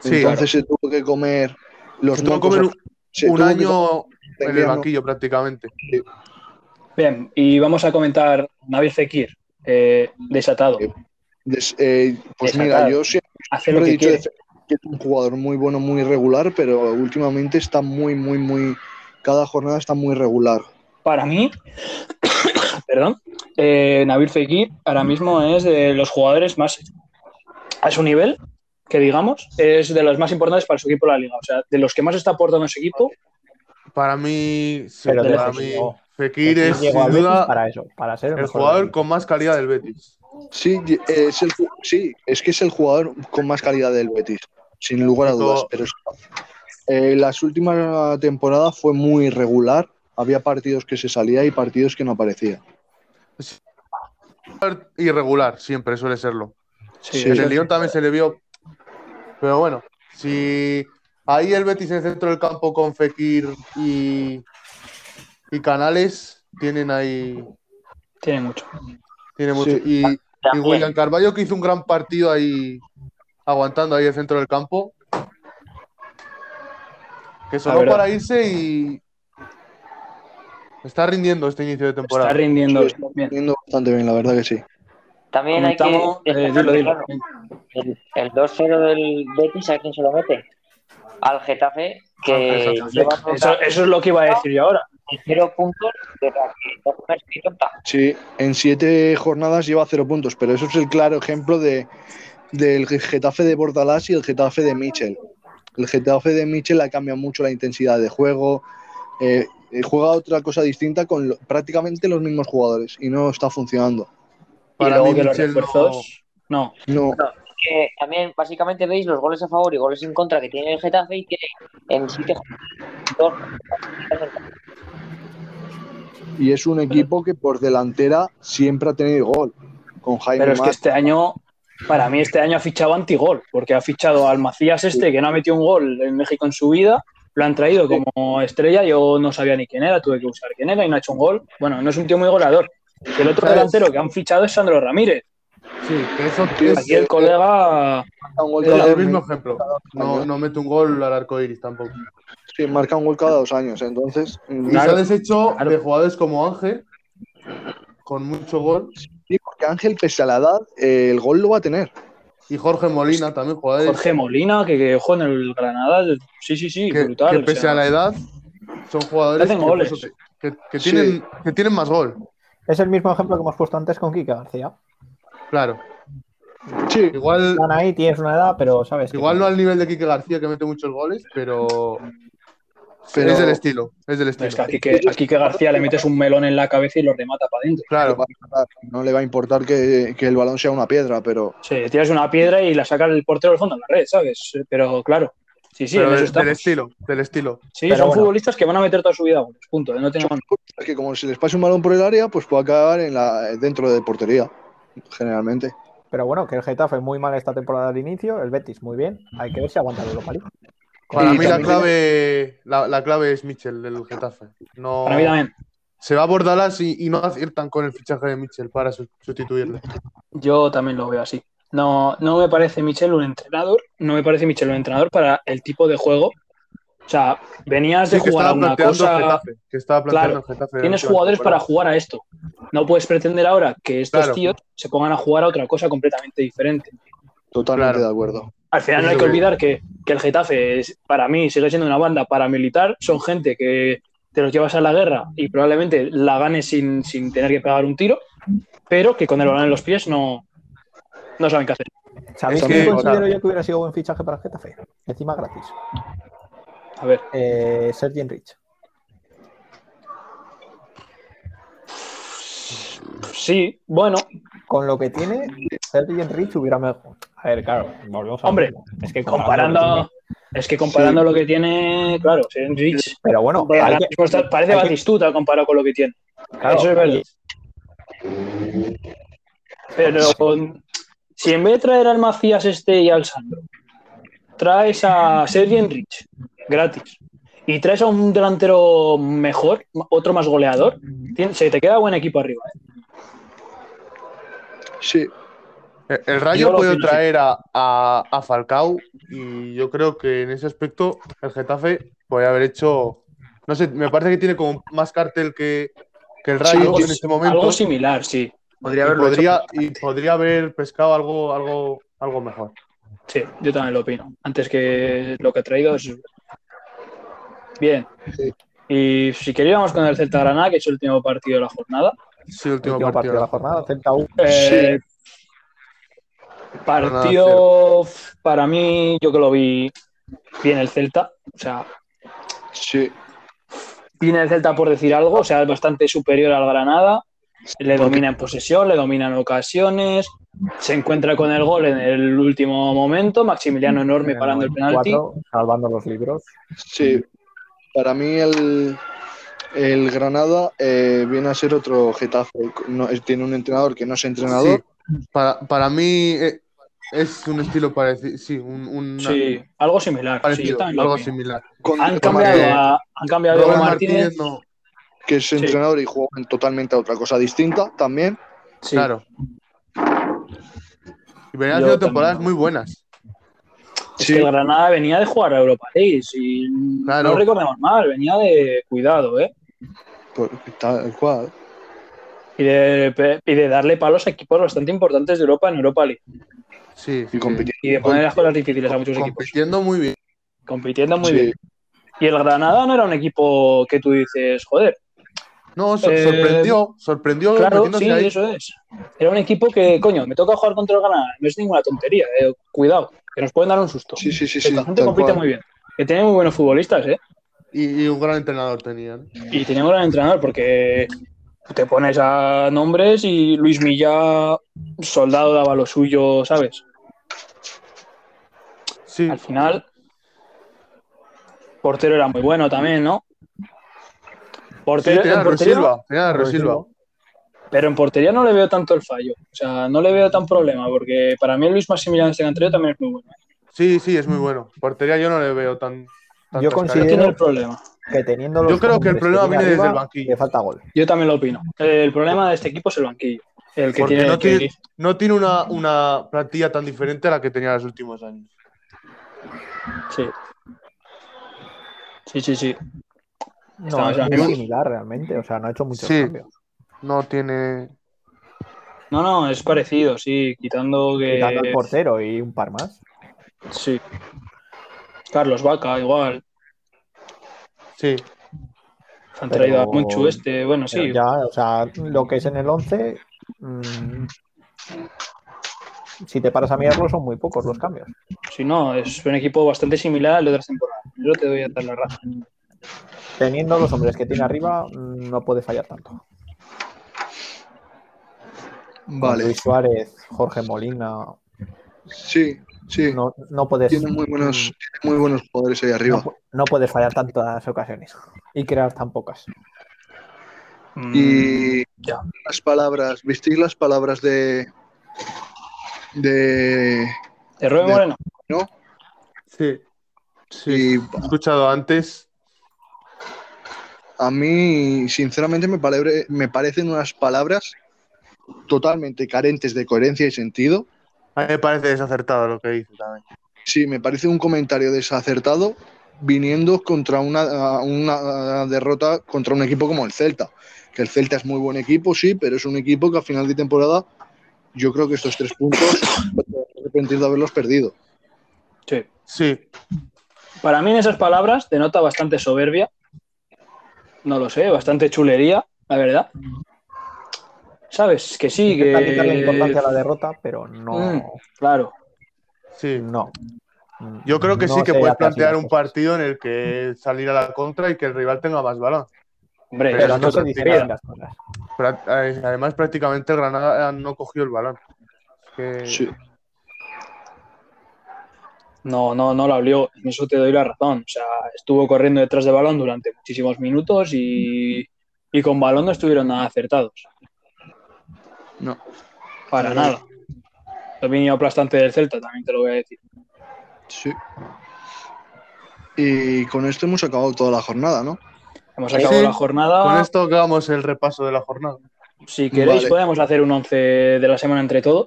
Sí, entonces se tuvo que comer los Se tuvo que mocos comer a- se un tuvo que año comer en el invierno. banquillo prácticamente. Bien, y vamos a comentar Nabil Fekir, eh, desatado. Des- eh, pues Desatado. mira, yo sie- Hace lo siempre he que dicho quiere. de Fe- que es un jugador muy bueno, muy regular, pero últimamente está muy, muy, muy. Cada jornada está muy regular. Para mí, perdón, eh, Nabil Fekir ahora mismo es de los jugadores más a su nivel, que digamos, es de los más importantes para su equipo de la liga. O sea, de los que más está aportando su equipo, Para mí, sí, Pero de para lejos mí, llegó. Fekir es Llegó sin al Betis duda para eso, para ser el, el mejor jugador del con más calidad del Betis. Sí, y- eh, es el, ju- sí, es que es el jugador con más calidad del Betis, sin lugar a Pero- dudas. Pero es- eh, las últimas temporadas fue muy regular. Había partidos que se salía y partidos que no aparecía. irregular, siempre suele serlo. sí, Sí. en el Lyon también se le vio. Pero bueno, si ahí el Betis en el centro del campo con Fekir y, y Canales tienen ahí. tiene mucho. Tiene mucho. Sí. Y, y También. William Carballo que hizo un gran partido ahí, aguantando ahí el centro del campo. Que La solo verdad. para irse y. Está rindiendo este inicio de temporada. Está rindiendo Sí. bien. Viendo bastante bien, la verdad que sí. Bien, También hay que. Comentamos, eh, dilo, dilo. El, el 2-0 del Betis, ¿a quién se lo mete? Al Getafe, que Al Getafe. lleva Eso, eso es lo que iba a decir yo ahora. 0 puntos de la que no es ni tonta. Sí, en siete jornadas lleva cero puntos, pero eso es el claro ejemplo de, del Getafe de Bordalás y el Getafe de Mitchell. El Getafe de Mitchell ha cambiado mucho la intensidad de juego, eh, eh, juega otra cosa distinta con lo- prácticamente los mismos jugadores y no está funcionando. Y Para luego mí, que los Mitchell no- refuerzos. No, No, porque también básicamente veis los goles a favor y goles en contra que tiene el Getafe y que en siete dos Y es un equipo que por delantera siempre ha tenido gol. Con Jaime Pero es que Mar- este año, para mí este año ha fichado antigol, porque ha fichado al Macías este, que no ha metido un gol en México en su vida, lo han traído como estrella, yo no sabía ni quién era, tuve que buscar quién era y no ha hecho un gol. Bueno, no es un tío muy goleador. El otro ¿Sabes? delantero que han fichado es Sandro Ramírez. Sí, que eso Aquí el colega marca un gol es cada el dos mismo minutos. ejemplo. No, no mete un gol al arco iris tampoco. Sí, marca un gol cada dos años. Entonces, mm, Y Claro, se ha deshecho claro. de jugadores como Ángel, con mucho gol, sí, porque Ángel, pese a la edad, eh, el gol lo va a tener. y Jorge Molina también, jugadores Jorge Molina, que, que juega en el Granada, sí, sí, sí, que, brutal. que o pese sea, a la edad, son jugadores Hacen que, goles. pues, que- que Sí. tienen, que tienen más gol. Es el mismo ejemplo que hemos puesto antes con Kika García. Claro. Sí, Igual, Están ahí, tienes una edad, pero sabes. que- igual no al nivel de Quique García, que mete muchos goles, pero, Pero- es del estilo. Es del estilo. Es que aquí que, aquí que García le metes un melón en la cabeza y los remata para adentro. Claro. va a importar. no le va a importar que, que el balón sea una piedra, pero Sí, tiras una piedra y la saca el portero al fondo en la red, ¿sabes? Pero claro, sí, sí, pero en eso del, está. del estilo, del estilo. Sí, Pero son bueno. futbolistas que van a meter toda su vida goles, punto. No tiene más. es que como si les pase un balón por el área, pues puede acabar en la, dentro de portería, generalmente. Pero bueno, que el Getafe muy mal esta temporada al inicio, el Betis muy bien. Hay que ver si aguanta el Europa League. Para Y mí la también- clave, la, la clave es Mitchell, del Getafe. No, Para mí también. se va por Dallas y, y no aciertan con el fichaje de Mitchell para su- sustituirle. Yo también lo veo así. No, no me parece Michel un entrenador, no me parece Michel un entrenador para el tipo de juego. O sea, venías de Sí, que jugar a estaba una planteando cosa. Getafe. Que estaba planteando Getafe. Tienes durante la jugadores para temporada. jugar a esto. No puedes pretender ahora que estos Claro. tíos se pongan a jugar a otra cosa completamente diferente. Totalmente Claro. de acuerdo. Al final no hay Eso que es. olvidar que, que el Getafe, es- para mí, sigue siendo una banda paramilitar. Son gente que te los llevas a la guerra y probablemente la ganes sin, sin tener que pegar un tiro, pero que con el balón en los pies no, no saben qué hacer. ¿Sabéis Es quién que- considero o yo que hubiera sido buen fichaje para el Getafe? Encima gratis. A ver, Eh, Sergi Enrich. sí, bueno, Con lo que tiene, Sergi Enrich hubiera mejor. A ver, claro, volvemos a Ah, Hombre, es que comparando. Es que comparando lo que tiene, claro, Rich, Pero bueno, hay que- parece hay que- Batistuta comparado con lo que tiene. claro, Eso es verdad. Pero con- si en vez de traer al Macías este y al Sandro, traes a Sergi Enrich gratis y traes a un delantero mejor, otro más goleador, tien- se te queda buen equipo arriba. ¿eh? Sí, Eh, El- El Yo Rayo lo puede opino así. traer a, a- a Falcao y yo creo que en ese aspecto el Getafe podría haber hecho. No sé, me parece que tiene como más cartel que, que el Rayo algo, en este momento. algo similar, sí. y, Podría haberlo podría, hecho. y podría haber pescado algo, algo, algo mejor. Sí, yo también lo opino. Antes que lo que ha traído es. Bien. Y si queríamos con el Celta Granada, que es el último partido de la jornada. Sí, último, último partido de la partido. jornada, Celta U. Eh, Partido para mí, yo que lo vi bien el Celta. O sea, sí. viene el Celta por decir algo, o sea, es bastante superior al Granada. Le domina en posesión, le domina en ocasiones. Se encuentra con el gol en el último momento. Maximiliano enorme parando el penalti. 94, Salvando los libros. Sí, para mí el, el Granada eh, viene a ser otro Getafe. No, es- tiene un entrenador que no es entrenador. Sí, para, para mí eh, es un estilo parecido. Sí, un, un- Sí, algo similar. sí, yo parecido, también lo algo opino. similar. con- Han con cambiado, Martínez, a, han cambiado a Robert Diego Martínez, Martínez. no. que es sí. entrenador y juegan totalmente a otra cosa distinta también. Sí, Claro. Y venían Yo haciendo también. temporadas muy buenas. Es que el Granada venía de jugar a Europa League. Si Claro. No recordemos mal, venía de cuidado, ¿eh? Pues, tal cual. Y de, pe- y de darle palos a equipos bastante importantes de Europa en Europa League. Sí, Y sí. compitiendo. Y de poner las cosas difíciles a muchos equipos. compitiendo muy bien. Compitiendo muy Sí. bien. Y el Granada no era un equipo que tú dices, joder, No, so- Eh, sorprendió, sorprendió claro, metiéndose sí, ahí. eso es. Era un equipo que, coño, me toca jugar contra el Granada. No es ninguna tontería, eh. cuidado, que nos pueden dar un susto. Sí, sí, sí, Que sí. la gente tal compite cual. muy bien. Que tiene muy buenos futbolistas, ¿eh? Y, y un gran entrenador tenían. Y tenía un gran entrenador porque te pones a nombres y Luis Milla, soldado, daba lo suyo, ¿sabes? Sí, Al final, portero era muy bueno también, ¿no? sí, Portero, tenía en a portería- Rosilva, tenía a Rosilva. pero en portería no le veo tanto el fallo. O sea, no le veo tan problema, porque para mí el Luis Maximiliano este delantero también es muy bueno. Sí, sí, es muy bueno. Portería yo no le veo tan. ¿eh? tantas considero- carencias. Tiene el problema. Que teniendo los Yo creo que el hombres problema tiene viene desde arriba, el banquillo. Le falta gol. Yo también lo opino. El problema de este equipo es el banquillo. El que Porque tiene, no que tiene, dirige. no tiene una, una plantilla tan diferente a la que tenía en los últimos años. Sí. Sí, sí, sí. No, Estamos es ya muy vivos. similar realmente. O sea, no ha hecho muchos Sí. cambios. No tiene. No, no, es parecido, sí, quitando que. Quitando al portero y un par más. Sí. Carlos Vaca, igual. Sí, Se han Pero- traído a Monchu este. Bueno, sí. Pero Ya, o sea, lo que es en el 11. mm, si te paras a mirarlo, son muy pocos los cambios. Si no, es un equipo bastante similar al de otras temporadas. Yo te doy a dar la razón. Teniendo los hombres que tiene arriba, mm, no puede fallar tanto. Con Vale. Luis Suárez, Jorge Molina, Sí, sí. no, no puedes. mm, Tiene muy buenos, tiene muy buenos jugadores ahí No, arriba. pu- no puedes fallar tantas ocasiones y crear tan pocas. Y ya. las palabras, ¿visteis las palabras de. de. De Rubén de- Moreno. ¿no? sí. Sí. Y He escuchado antes. a mí, sinceramente, me, palebre- me parecen unas palabras totalmente carentes de coherencia y sentido. A mí me parece desacertado lo que dice también. Sí, me parece un comentario desacertado viniendo contra una, una derrota contra un equipo como el Celta. Que el Celta es muy buen equipo, sí, pero es un equipo que a final de temporada yo creo que estos tres puntos me voy a arrepentir de haberlos perdido. Sí. Sí, Para mí, en esas palabras, denota bastante soberbia. No lo sé, bastante chulería, la verdad. ¿Sabes? Que sí, Intenta quitarle importancia que. a la derrota, pero no. Mm, claro. sí. Mm. No. Yo creo que No sí que sé puedes hacer así plantear las un cosas. partido en el que salir a la contra y que el rival tenga más balón. Hombre, Pero Pero es no que se otra dicen teoría. bien las cosas. Pero, eh, además, prácticamente el Granada no cogió el balón. Es que- Sí. No, no, no la olió. En eso te doy la razón. O sea, estuvo corriendo detrás del balón durante muchísimos minutos y, y con balón no estuvieron nada acertados. No. Para nada. Dominio aplastante del Celta, también te lo voy a decir. Sí. Y con esto hemos acabado toda la jornada, ¿no? Hemos acabado Sí. la Con jornada. esto acabamos el repaso de la jornada. Si queréis, este- Vale. podemos hacer un 11 de la semana entre todos.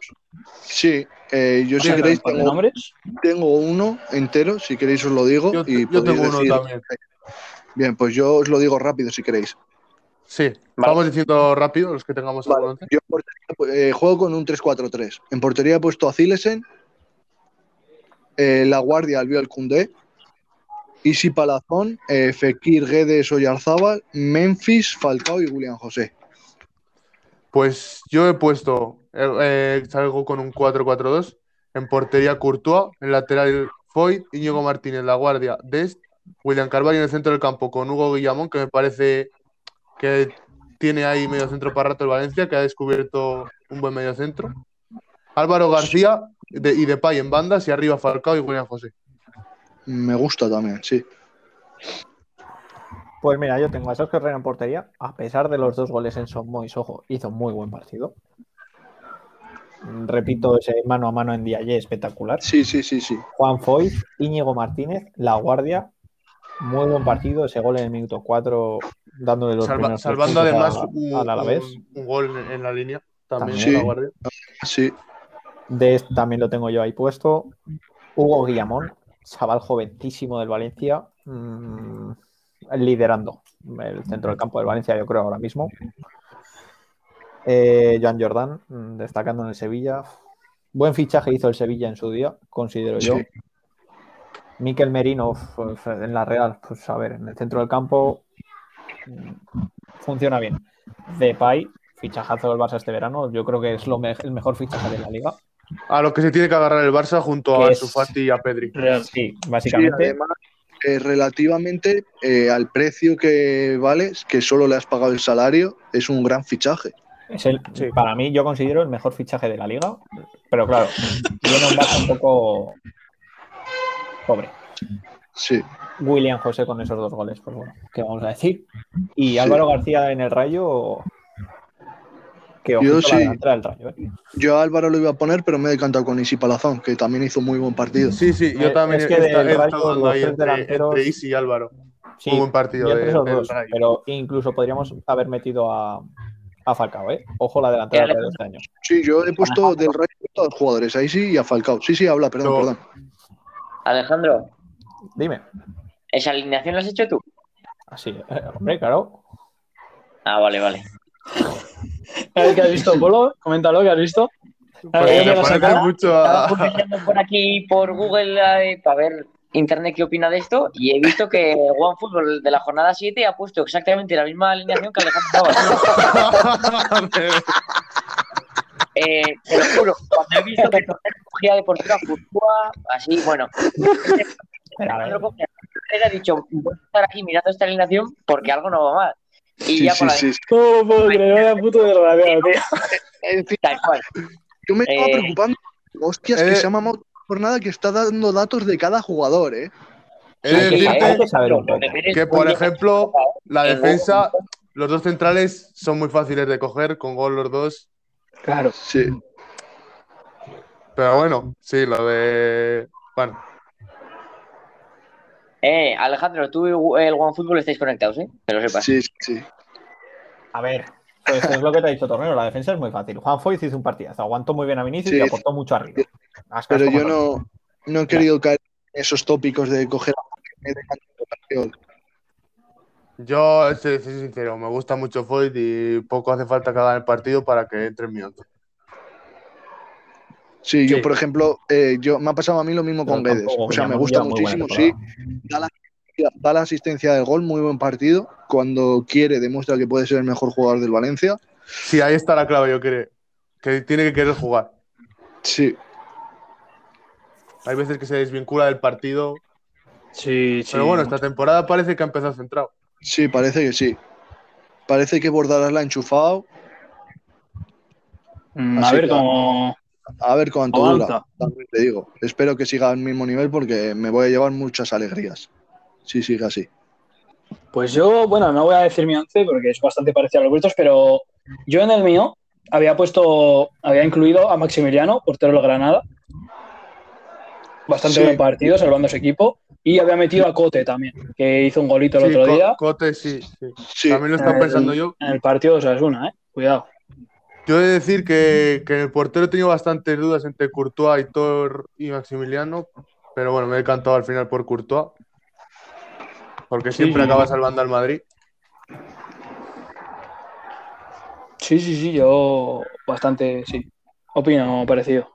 Sí, eh, yo si Vamos a dar un queréis par de tengo, nombres. tengo uno entero, si queréis os lo digo. Yo, y yo tengo podéis uno decir- también. Bien, pues yo os lo digo rápido si queréis. Sí, vamos diciendo rápido los que tengamos Vale, adelante. Yo en portería, pues, eh, juego con un 3-4-3. En portería he puesto a Zilesen, eh, La Guardia, Albiol Cundé, Isi Palazón, eh, Fekir, Guedes, Oyarzábal, Memphis, Falcao y Julián José. Pues yo he puesto, eh, eh, salgo con un 4-4-2. En portería Courtois, en lateral Foyt, Íñigo Martínez, La Guardia, Dest, William Carvalho en el centro del campo con Hugo Guillamón, que me parece que tiene ahí medio centro para rato el Valencia, que ha descubierto un buen medio centro. Álvaro García de, y Depay en bandas y arriba Falcao y William José. Me gusta también, sí. Pues mira, yo tengo a Sergio Herrera en portería, a pesar de los dos goles en Somo y Sojo, hizo muy buen partido. Mm, Repito, ese mano a mano en Diaye espectacular. Sí, sí, sí, sí. Juan Foy, Íñigo Martínez, La Guardia, muy buen partido, ese gol en el minuto 4, dándole los Salva- primeros tres salvando puntos además a- un, al Alavés. un- un gol en, en la línea también, También. La Sí. Guardia. Sí, De este también lo tengo yo ahí puesto. Hugo Guillamón, chaval jovencísimo del Valencia, mm, liderando el centro del campo del Valencia, yo creo, ahora mismo. Eh, Joan Jordán, mm, destacando en el Sevilla. Buen fichaje hizo el Sevilla en su día, considero yo. Sí. Miquel Merino f- f- en la Real, pues a ver, en el centro del campo mm, funciona bien. Depay, fichajazo del Barça este verano, yo creo que es lo me- el mejor fichaje de la liga. A lo que se tiene que agarrar el Barça junto Que a es- Ansu Fati y a Pedri. Real. Sí, Sí, básicamente. además, eh, relativamente eh, al precio que vales, que solo le has pagado el salario, es un gran fichaje. es el, Para mí, yo considero el mejor fichaje de la liga. Pero claro, viene un Barça un poco pobre. Sí. William José con esos dos goles, pues bueno, ¿qué vamos a decir? Y Álvaro García en el rayo. Que Yo ojito la sí. delantera del rayo, ¿eh? Yo a Álvaro lo iba a poner, pero me he decantado con Isi Palazón, que también hizo muy buen partido. Sí, sí, yo Eh, también es que he del he Rayo, estado dando los ahí tres entre, delanteros- entre Isi y Álvaro. Sí, Muy buen partido yo de- tres o del dos, Rayo. Pero incluso podríamos haber metido a, a Falcao, ¿eh? Ojo la delantera del Rayo este año. Sí, yo he puesto del rey a todos los jugadores, ahí sí y a Falcao. Sí, sí, habla, perdón, No. perdón. Alejandro, Dime. ¿esa alineación la has hecho tú? Así, eh, hombre, claro. Ah, vale, vale. ¿Qué has visto, Polo? Coméntalo, ¿qué has visto? Pues Porque eh, Ahora, yo me me lo parece saco. mucho Estaba a... buscando por aquí, por Google, eh, para ver internet qué opina de esto y he visto que OneFootball de la jornada 7 ha puesto exactamente la misma alineación que Alejandro Navas. Eh, te lo juro, cuando he visto que Tornero cogía Deportiva Furtúa, así, bueno. Pero a ver. Alejandro Cogía, Él ha dicho, voy a estar aquí mirando esta alineación porque algo no va mal. Y Sí, ya sí, con la sí. No Uh, puedo creer, vaya puto desgraciado, tío. En fin, tal cual. yo me estaba Eh. preocupando. Hostias, que Eh. se ha mamado una jornada que está dando datos de cada jugador, ¿eh? He de Hay que- hay decirte que saber un poco. que, por ejemplo, la defensa, los dos centrales son muy fáciles de coger, con gol los dos. Claro. Sí. Pero bueno, sí, lo de... Bueno, Eh, Alejandro, tú y el OneFootball estáis conectados, ¿eh? Que lo sepas. Sí, sí, sí. A ver, pues es lo que te ha dicho Tornero, la defensa es muy fácil. Juan Foyz hizo un partidazo, aguantó muy bien a Vinicius y Sí. aportó mucho arriba. Las Pero cosas yo como son. no, no he querido caer en esos tópicos de coger a me decanto por yo, soy sincero, me gusta mucho Foyt y poco hace falta que haga el partido para que entre en mi once. Sí. Sí, yo, por ejemplo, eh, yo, me ha pasado a mí lo mismo con Pero Guedes. tampoco, O sea, William, me gusta lleva muy buena muchísimo, sí. temporada. Da la, da la asistencia del gol, muy buen partido. Cuando quiere, demuestra que puede ser el mejor jugador del Valencia. Sí, ahí está la clave, yo creo. Que tiene que querer jugar. Sí, Hay veces que se desvincula del partido. Sí, sí. Pero bueno, esta temporada parece que ha empezado centrado. sí, parece que sí. Parece que Bordalas la ha enchufado. Mm, A Así ver que- cómo. A ver cuánto Avanza. dura. También te digo. Espero que siga al mismo nivel porque me voy a llevar muchas alegrías. Sí, sigue así. Pues yo, bueno, no voy a decir mi once porque es bastante parecido a los vuestros, pero yo en el mío había puesto, había incluido a Maximiliano, portero del Granada. Bastante Sí. buen partido, salvando a su equipo. Y había metido a Cote también, que hizo un golito el Sí, otro Co- día. Cote, sí, sí. Sí, También lo están Eh, pensando yo. En el partido de Osasuna, ¿eh? Cuidado. Yo he de decir que, que en el portero he tenido bastantes dudas entre Courtois, Aitor y Maximiliano. Pero bueno, me he decantado al final por Courtois. Porque Sí, siempre sí. acaba salvando al Madrid. Sí, sí, sí, yo bastante, sí. Opino parecido.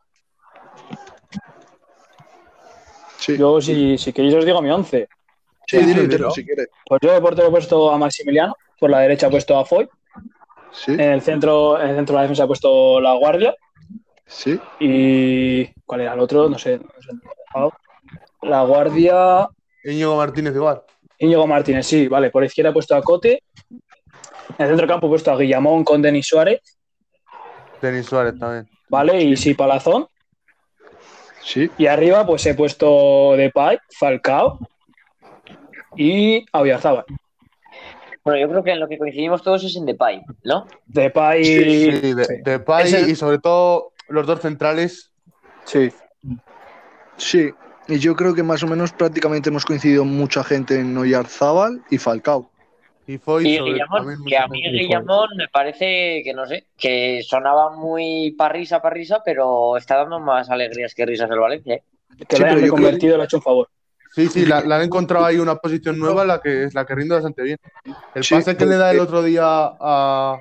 sí. Yo, si, si queréis, os digo mi once. Sí, dilo Sí, entero dilo. si quieres. Pues yo de portero he puesto a Maximiliano, por la derecha he puesto a Foy, Sí, en el centro, en el centro de la defensa he puesto la guardia. sí. Y. ¿Cuál era el otro? No sé. no sé. La Guardia. Íñigo Martínez igual. Íñigo Martínez, sí, vale. Por izquierda he puesto a Cote. En el centro campo he puesto a Guillamón con Denis Suárez, Denis Suárez también. ¿vale? Y sí, Palazón. Sí, Y arriba, pues he puesto Depay, Falcao y a Oyarzabal. Bueno, yo creo que en lo que coincidimos todos es en Depay, ¿no? Depay. Sí, Sí. de, de Pay Ese- y sobre todo los dos centrales. sí. Y yo creo que más o menos prácticamente hemos coincidido mucha gente en Oyarzábal y Falcao. Y Foy Y sobre- Guillamón, también que a mucha mí gente. Guillamón me parece que no sé, que sonaba muy parrisa, parrisa, pero está dando más alegrías que risas el Valencia. ¿eh? Que Sí, lo pero hayan yo reconvertido, le ha hecho un favor. Sí, sí, la, la han encontrado ahí una posición nueva, la que es la que rinde bastante bien. El Sí, pase que le da el otro día a.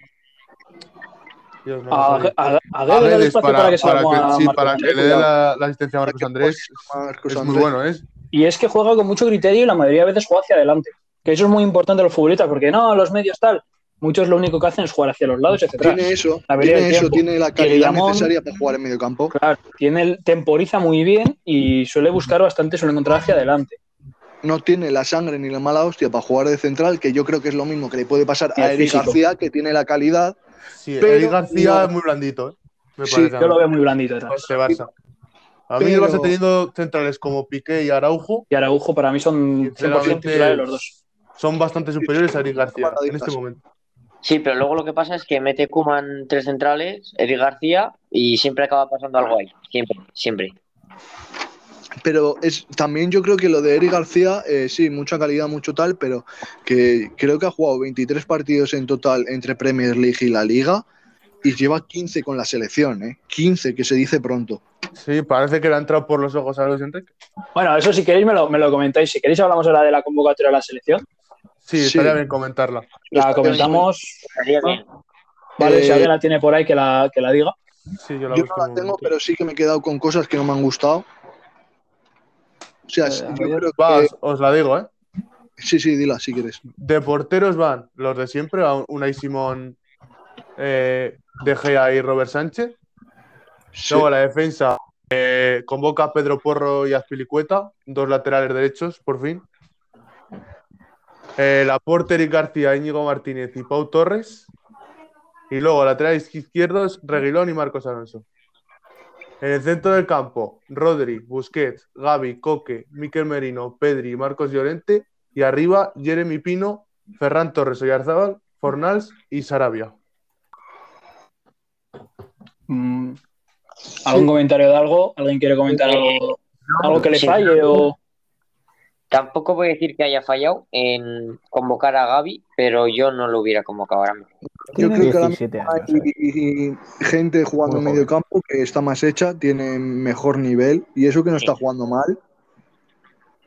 Dios, no me A, sale. a, a A Guedes, Guedes, espacio para, que salga para a que- sí, Marcos para que Andrés, le dé cuidado. la, la asistencia a Marcos Andrés. Marcos Es muy Andrés. bueno, ¿eh? Y es que juega con mucho criterio y la mayoría de veces juega hacia adelante. Que eso es muy importante a los futbolistas, porque no, los medios tal. Muchos lo único que hacen es jugar hacia los lados, etc. Tiene eso, La habilidad tiene de eso, tiempo. tiene la calidad Guillamón- necesaria para jugar en medio campo. Claro, tiene el, temporiza muy bien y suele buscar bastante, suele encontrar hacia adelante. No tiene la sangre ni la mala hostia para jugar de central, que yo creo que es lo mismo que le puede pasar Y a el Eric físico. García, que tiene la calidad. Sí, Pero Eric García no. es muy blandito, ¿eh? Me Sí, parece. a Yo lo mí. veo muy blandito. tal. Este Barça. A mí el Pero- Barça teniendo centrales como Piqué y Araujo Y Araujo para mí son 100% Sinceramente, titulares los dos. son bastante superiores a Eric García en este momento. Sí, pero luego lo que pasa es que mete Kuman tres centrales, Eric García, y siempre acaba pasando algo ahí. Siempre, siempre. Pero es, también yo creo que lo de Eric García, eh, sí, mucha calidad, mucho tal, pero que creo que ha jugado 23 partidos en total entre Premier League y la Liga y lleva 15 con la selección, ¿eh? 15, que se dice pronto. Sí, parece que le ha entrado por los ojos a Luis Enrique. Bueno, eso si queréis me lo, me lo comentáis. Si queréis hablamos ahora de la convocatoria de la selección. Sí, Sí. estaría bien comentarla. La comentamos. Estaría bien. Vale, Eh, si alguien la tiene por ahí que la, que la diga. Sí, yo la Yo busco no un la tengo, momento. pero sí que me he quedado con cosas que no me han gustado. Eh, O sea, sí, yo creo Va, que... os- os la digo, ¿eh? Sí, sí, dila si quieres. De porteros van los de siempre, a Unai Simón, eh, De Gea y Robert Sánchez. Sí. Luego la defensa eh, convoca a Pedro Porro y a Azpilicueta, dos laterales derechos, por fin. Eh, la porter y García, Íñigo Martínez y Pau Torres. Y luego laterales izquierdos, Reguilón y Marcos Alonso. En el centro del campo, Rodri, Busquets, Gaby, Coque, Miquel Merino, Pedri, Marcos Llorente. Y arriba, Jeremy Pino, Ferran Torres, Oyarzábal, Fornals y Sarabia. Mm, ¿Algún comentario de algo? ¿Alguien quiere comentar algo, algo que le Eh, sí. falle? O... Tampoco voy a decir que haya fallado en convocar a Gaby, pero yo no lo hubiera convocado ahora mismo. Yo Tiene creo que ahora 17 años. ¿eh? Hay gente jugando en Muy medio campo que está más hecha, tiene mejor nivel y eso que no está jugando mal.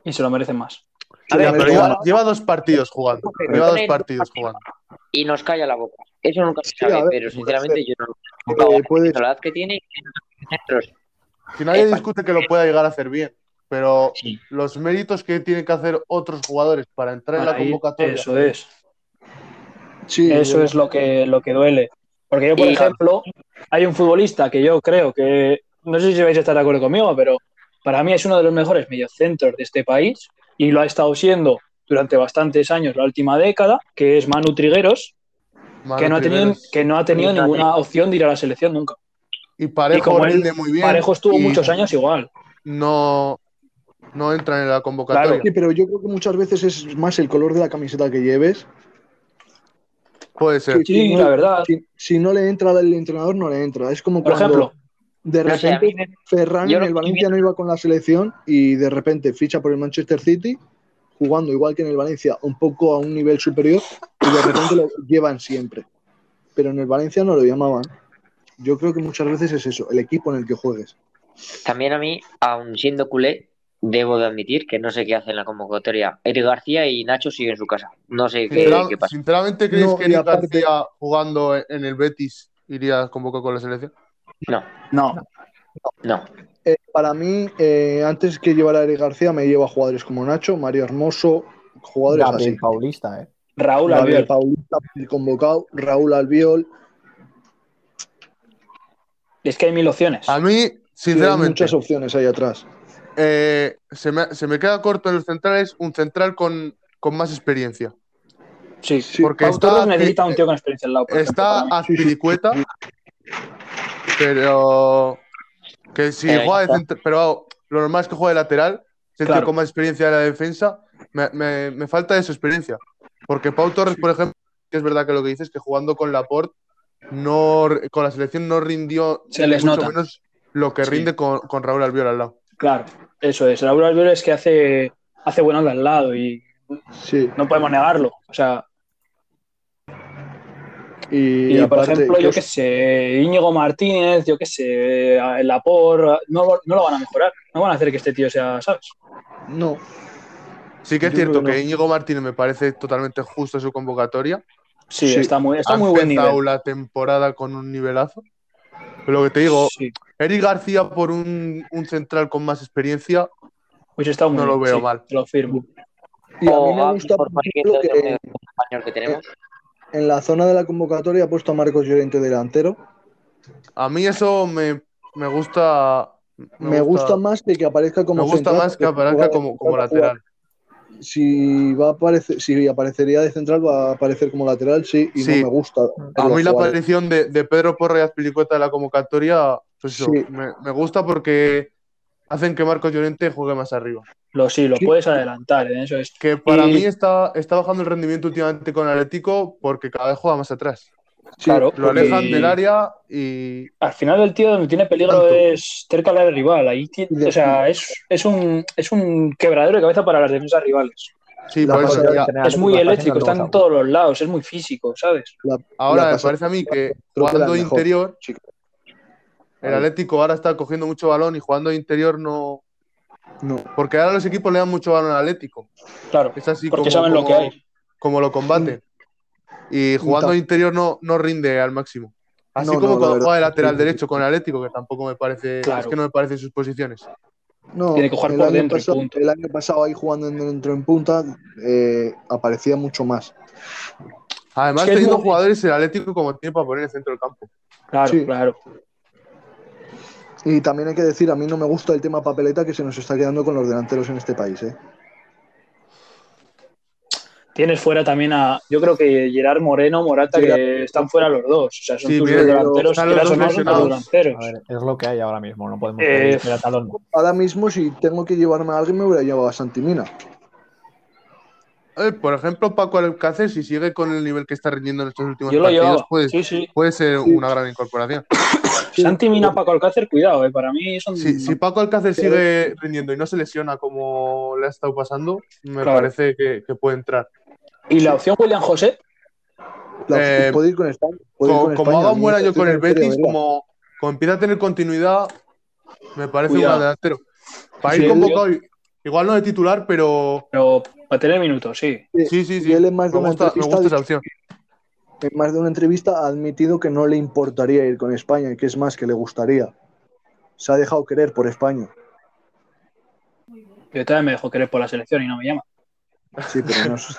Y se lo merecen más. A Ya, ver, pero pero lleva, igual- lleva dos partidos jugando. Pero Lleva dos ponen- partidos jugando. Y nos calla la boca. Eso nunca se Sí, sabe, a ver, pues, pero sinceramente yo no lo hubiera convocado. Eh, puede- La edad que tiene y tiene los centros. Si nadie Epa. discute que lo pueda llegar a hacer bien, pero Sí. los méritos que tienen que hacer otros jugadores para entrar en la Ahí, convocatoria. eso es. sí, Eso yo- es lo que, lo que duele. Porque yo, por Y- ejemplo, hay un futbolista que yo creo que, no sé si vais a estar de acuerdo conmigo, pero para mí es uno de los mejores mediocentros de este país y lo ha estado siendo durante bastantes años, la última década, que es Manu Trigueros, Manu que no, ha tenido, Triveros. que no ha tenido Fíjate. ninguna opción de ir a la selección nunca. Y Parejo y como él- rinde muy bien. Parejo estuvo y muchos años igual. No, no entran en la convocatoria. Sí, pero yo creo que muchas veces es más el color de la camiseta que lleves. Puede ser. que si Sí, no- la verdad. Si, si no le entra al entrenador, no le entra. Es como Por cuando ejemplo, de No sé, a repente mí me- Ferran yo en lo el que Valencia no iba con la selección y de repente ficha por el Manchester City, jugando igual que en el Valencia, un poco a un nivel superior y de repente lo llevan siempre. Pero en el Valencia no lo llamaban. Yo creo que muchas veces es eso, el equipo en el que juegues. También a mí, aun siendo culé, debo de admitir que no sé qué hace en la convocatoria. Eric García y Nacho siguen en su casa. No sé qué, Sincera- qué pasa. Sinceramente, ¿creéis No, que y Eric aparte- García jugando en el Betis iría convocado con la selección? No, no. no. Eh, para mí, eh, antes que llevar a Eric García, me lleva a jugadores como Nacho, Mario Hermoso, jugadores Gabriel así. Paulista, ¿eh? Raúl Gabriel Albiol. Paulista, el convocado, Raúl Albiol. Es que hay mil opciones. A mí, Sí, hay sinceramente, muchas opciones ahí atrás. eh, se, me, se me queda corto en los centrales un central con, con más experiencia. Sí. Sí, porque Pau está- Torres necesita un tío con experiencia al lado. por Está ejemplo. Azpilicueta, pero que si Pero ahí juega de está. central, pero lo normal es que juegue de lateral, es el tío Claro. con más experiencia de la defensa, me, me- me falta esa experiencia. Porque Pau Torres, por ejemplo, que es verdad que lo que dices es que jugando con Laporte, no, r- con la selección no rindió Se les mucho nota. menos lo que Sí. rinde con, con Raúl Albiol al lado. Claro, eso es. Raúl Albiol es que hace, hace buena onda al lado y Sí, no podemos negarlo. O sea, y, y, por aparte, ejemplo, yo es- qué sé, Íñigo Martínez, yo qué sé, el Lapor, no, lo- no lo van a mejorar. No van a hacer que este tío sea, ¿sabes? No, Sí que es Yo cierto creo que que no. Íñigo Martínez me parece totalmente justo su convocatoria. Sí, Sí. está muy, está Ha muy buen nivel. empezado la temporada con un nivelazo. Pero lo que te digo, Sí. Eric García por un, un central con más experiencia. Pues está muy No lo bien, veo sí, mal. te lo firmo. y a mí O me Gavi, gusta por por cualquier ejemplo, otro que medio español que tenemos. en la zona de la convocatoria ha puesto a Marcos Llorente delantero. A mí eso me, me gusta. Me, gusta, más de que aparezca como me gusta central, más que porque aparezca juega- como, como juega- lateral. Si va a aparecer, si aparecería de central, va a aparecer como lateral, sí, y Sí. no me gusta. A verlo mí la jugar. aparición de, de Pedro Porra y Azpilicueta de la convocatoria, pues eso, Sí. me, me gusta porque hacen que Marcos Llorente juegue más arriba. Lo sí, lo puedes adelantar, en eso es. Que para Y- mí está, está bajando el rendimiento últimamente con Atlético porque cada vez juega más atrás. claro, Lo alejan porque del área y Al final el tío donde tiene peligro Tanto. es cerca del área rival. Ahí tiene- Y de- o sea, es, es un, es un quebradero de cabeza para las defensas rivales. sí, La por eso, pasada- ya- Es muy eléctrico, está en todos los lados, es muy físico, ¿sabes? La Ahora me pasada- parece a mí que creo que la jugando mejor, interior, chico. el Atlético ahora está cogiendo mucho balón y jugando interior no. No. Porque ahora los equipos le dan mucho balón al Atlético. Claro, Es así porque como, saben lo como- que hay. como lo combaten. Y jugando Tam- interior no, no rinde al máximo. Así No, no, como la cuando verdad. juega de lateral derecho con el Atlético, que tampoco me parece. Claro. Es que no me parecen sus posiciones. No, Tiene que jugar el por año dentro y pasado- punto. El año pasado ahí jugando en dentro en punta eh, aparecía mucho más. Además, Es que es teniendo muy- jugadores, el Atlético como tiene para poner en el centro del campo. Claro, Sí. claro. Y también hay que decir, a mí no me gusta el tema papeleta que se nos está quedando con los delanteros en este país. ¿eh? Tienes fuera también a. Yo creo que Gerard Moreno, Morata, Gerard- que están fuera los dos. O sea, son Sí, tus bien, dos delanteros. están quieras o los dos no, son tus lesionados. delanteros. A ver, es lo que hay ahora mismo, no podemos Eh, esperar a los- Ahora mismo, si tengo que llevarme a alguien, me hubiera llevado a Santimina. Eh, por ejemplo, Paco Alcácer, si sigue con el nivel que está rindiendo en estos últimos Yo lo partidos, llevaba. pues, Sí, sí. puede ser una gran incorporación. Santi Mina, Paco Alcácer, cuidado, eh. Para mí son. Si, si Paco Alcácer sigue rindiendo y no se lesiona como le ha estado pasando, me Claro. parece que, que puede entrar. Y la opción William José, La- Eh, puede ir con España. puede ir Co- con como España, haga a un mí buen año estoy con el en serio, Betis, ¿verdad? como, como empieza a tener continuidad, me parece Cuidado. un gran delantero. Para Sí, ir yo- convocado, i- igual no de titular, pero pero va a tener minutos, sí. sí, sí, sí. Y él en más de me una gusta, me entrevista gusta esa opción. en más de una entrevista ha admitido que no le importaría ir con España y que es más que le gustaría. Se ha dejado querer por España. Yo también me dejo querer por la selección y no me llama. Sí, pero no es-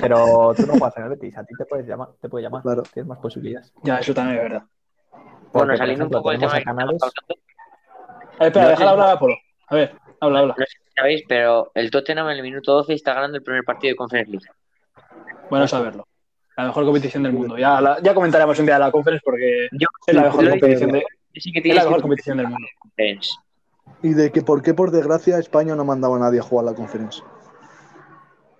Pero tú no juegas en el Betis, a ti te puedes llamar, te puede llamar, Claro. tienes más posibilidades. Ya, eso también es verdad. Porque, Bueno, por saliendo un ejemplo, poco del tenemos tema a Canales, que A ver, espera, No, déjala sí. hablar a Polo. A ver, habla, habla. sabéis, pero el Tottenham en el minuto 12 está ganando el primer partido de Conference League. Bueno saberlo. La mejor competición del mundo. Ya, la- ya comentaremos un día la conference porque Yo- es la mejor yo- competición de- Sí que es tienes la que mejor competición del mundo. Conference. Y de que por qué, por desgracia, España no mandaba a nadie a jugar la conferencia.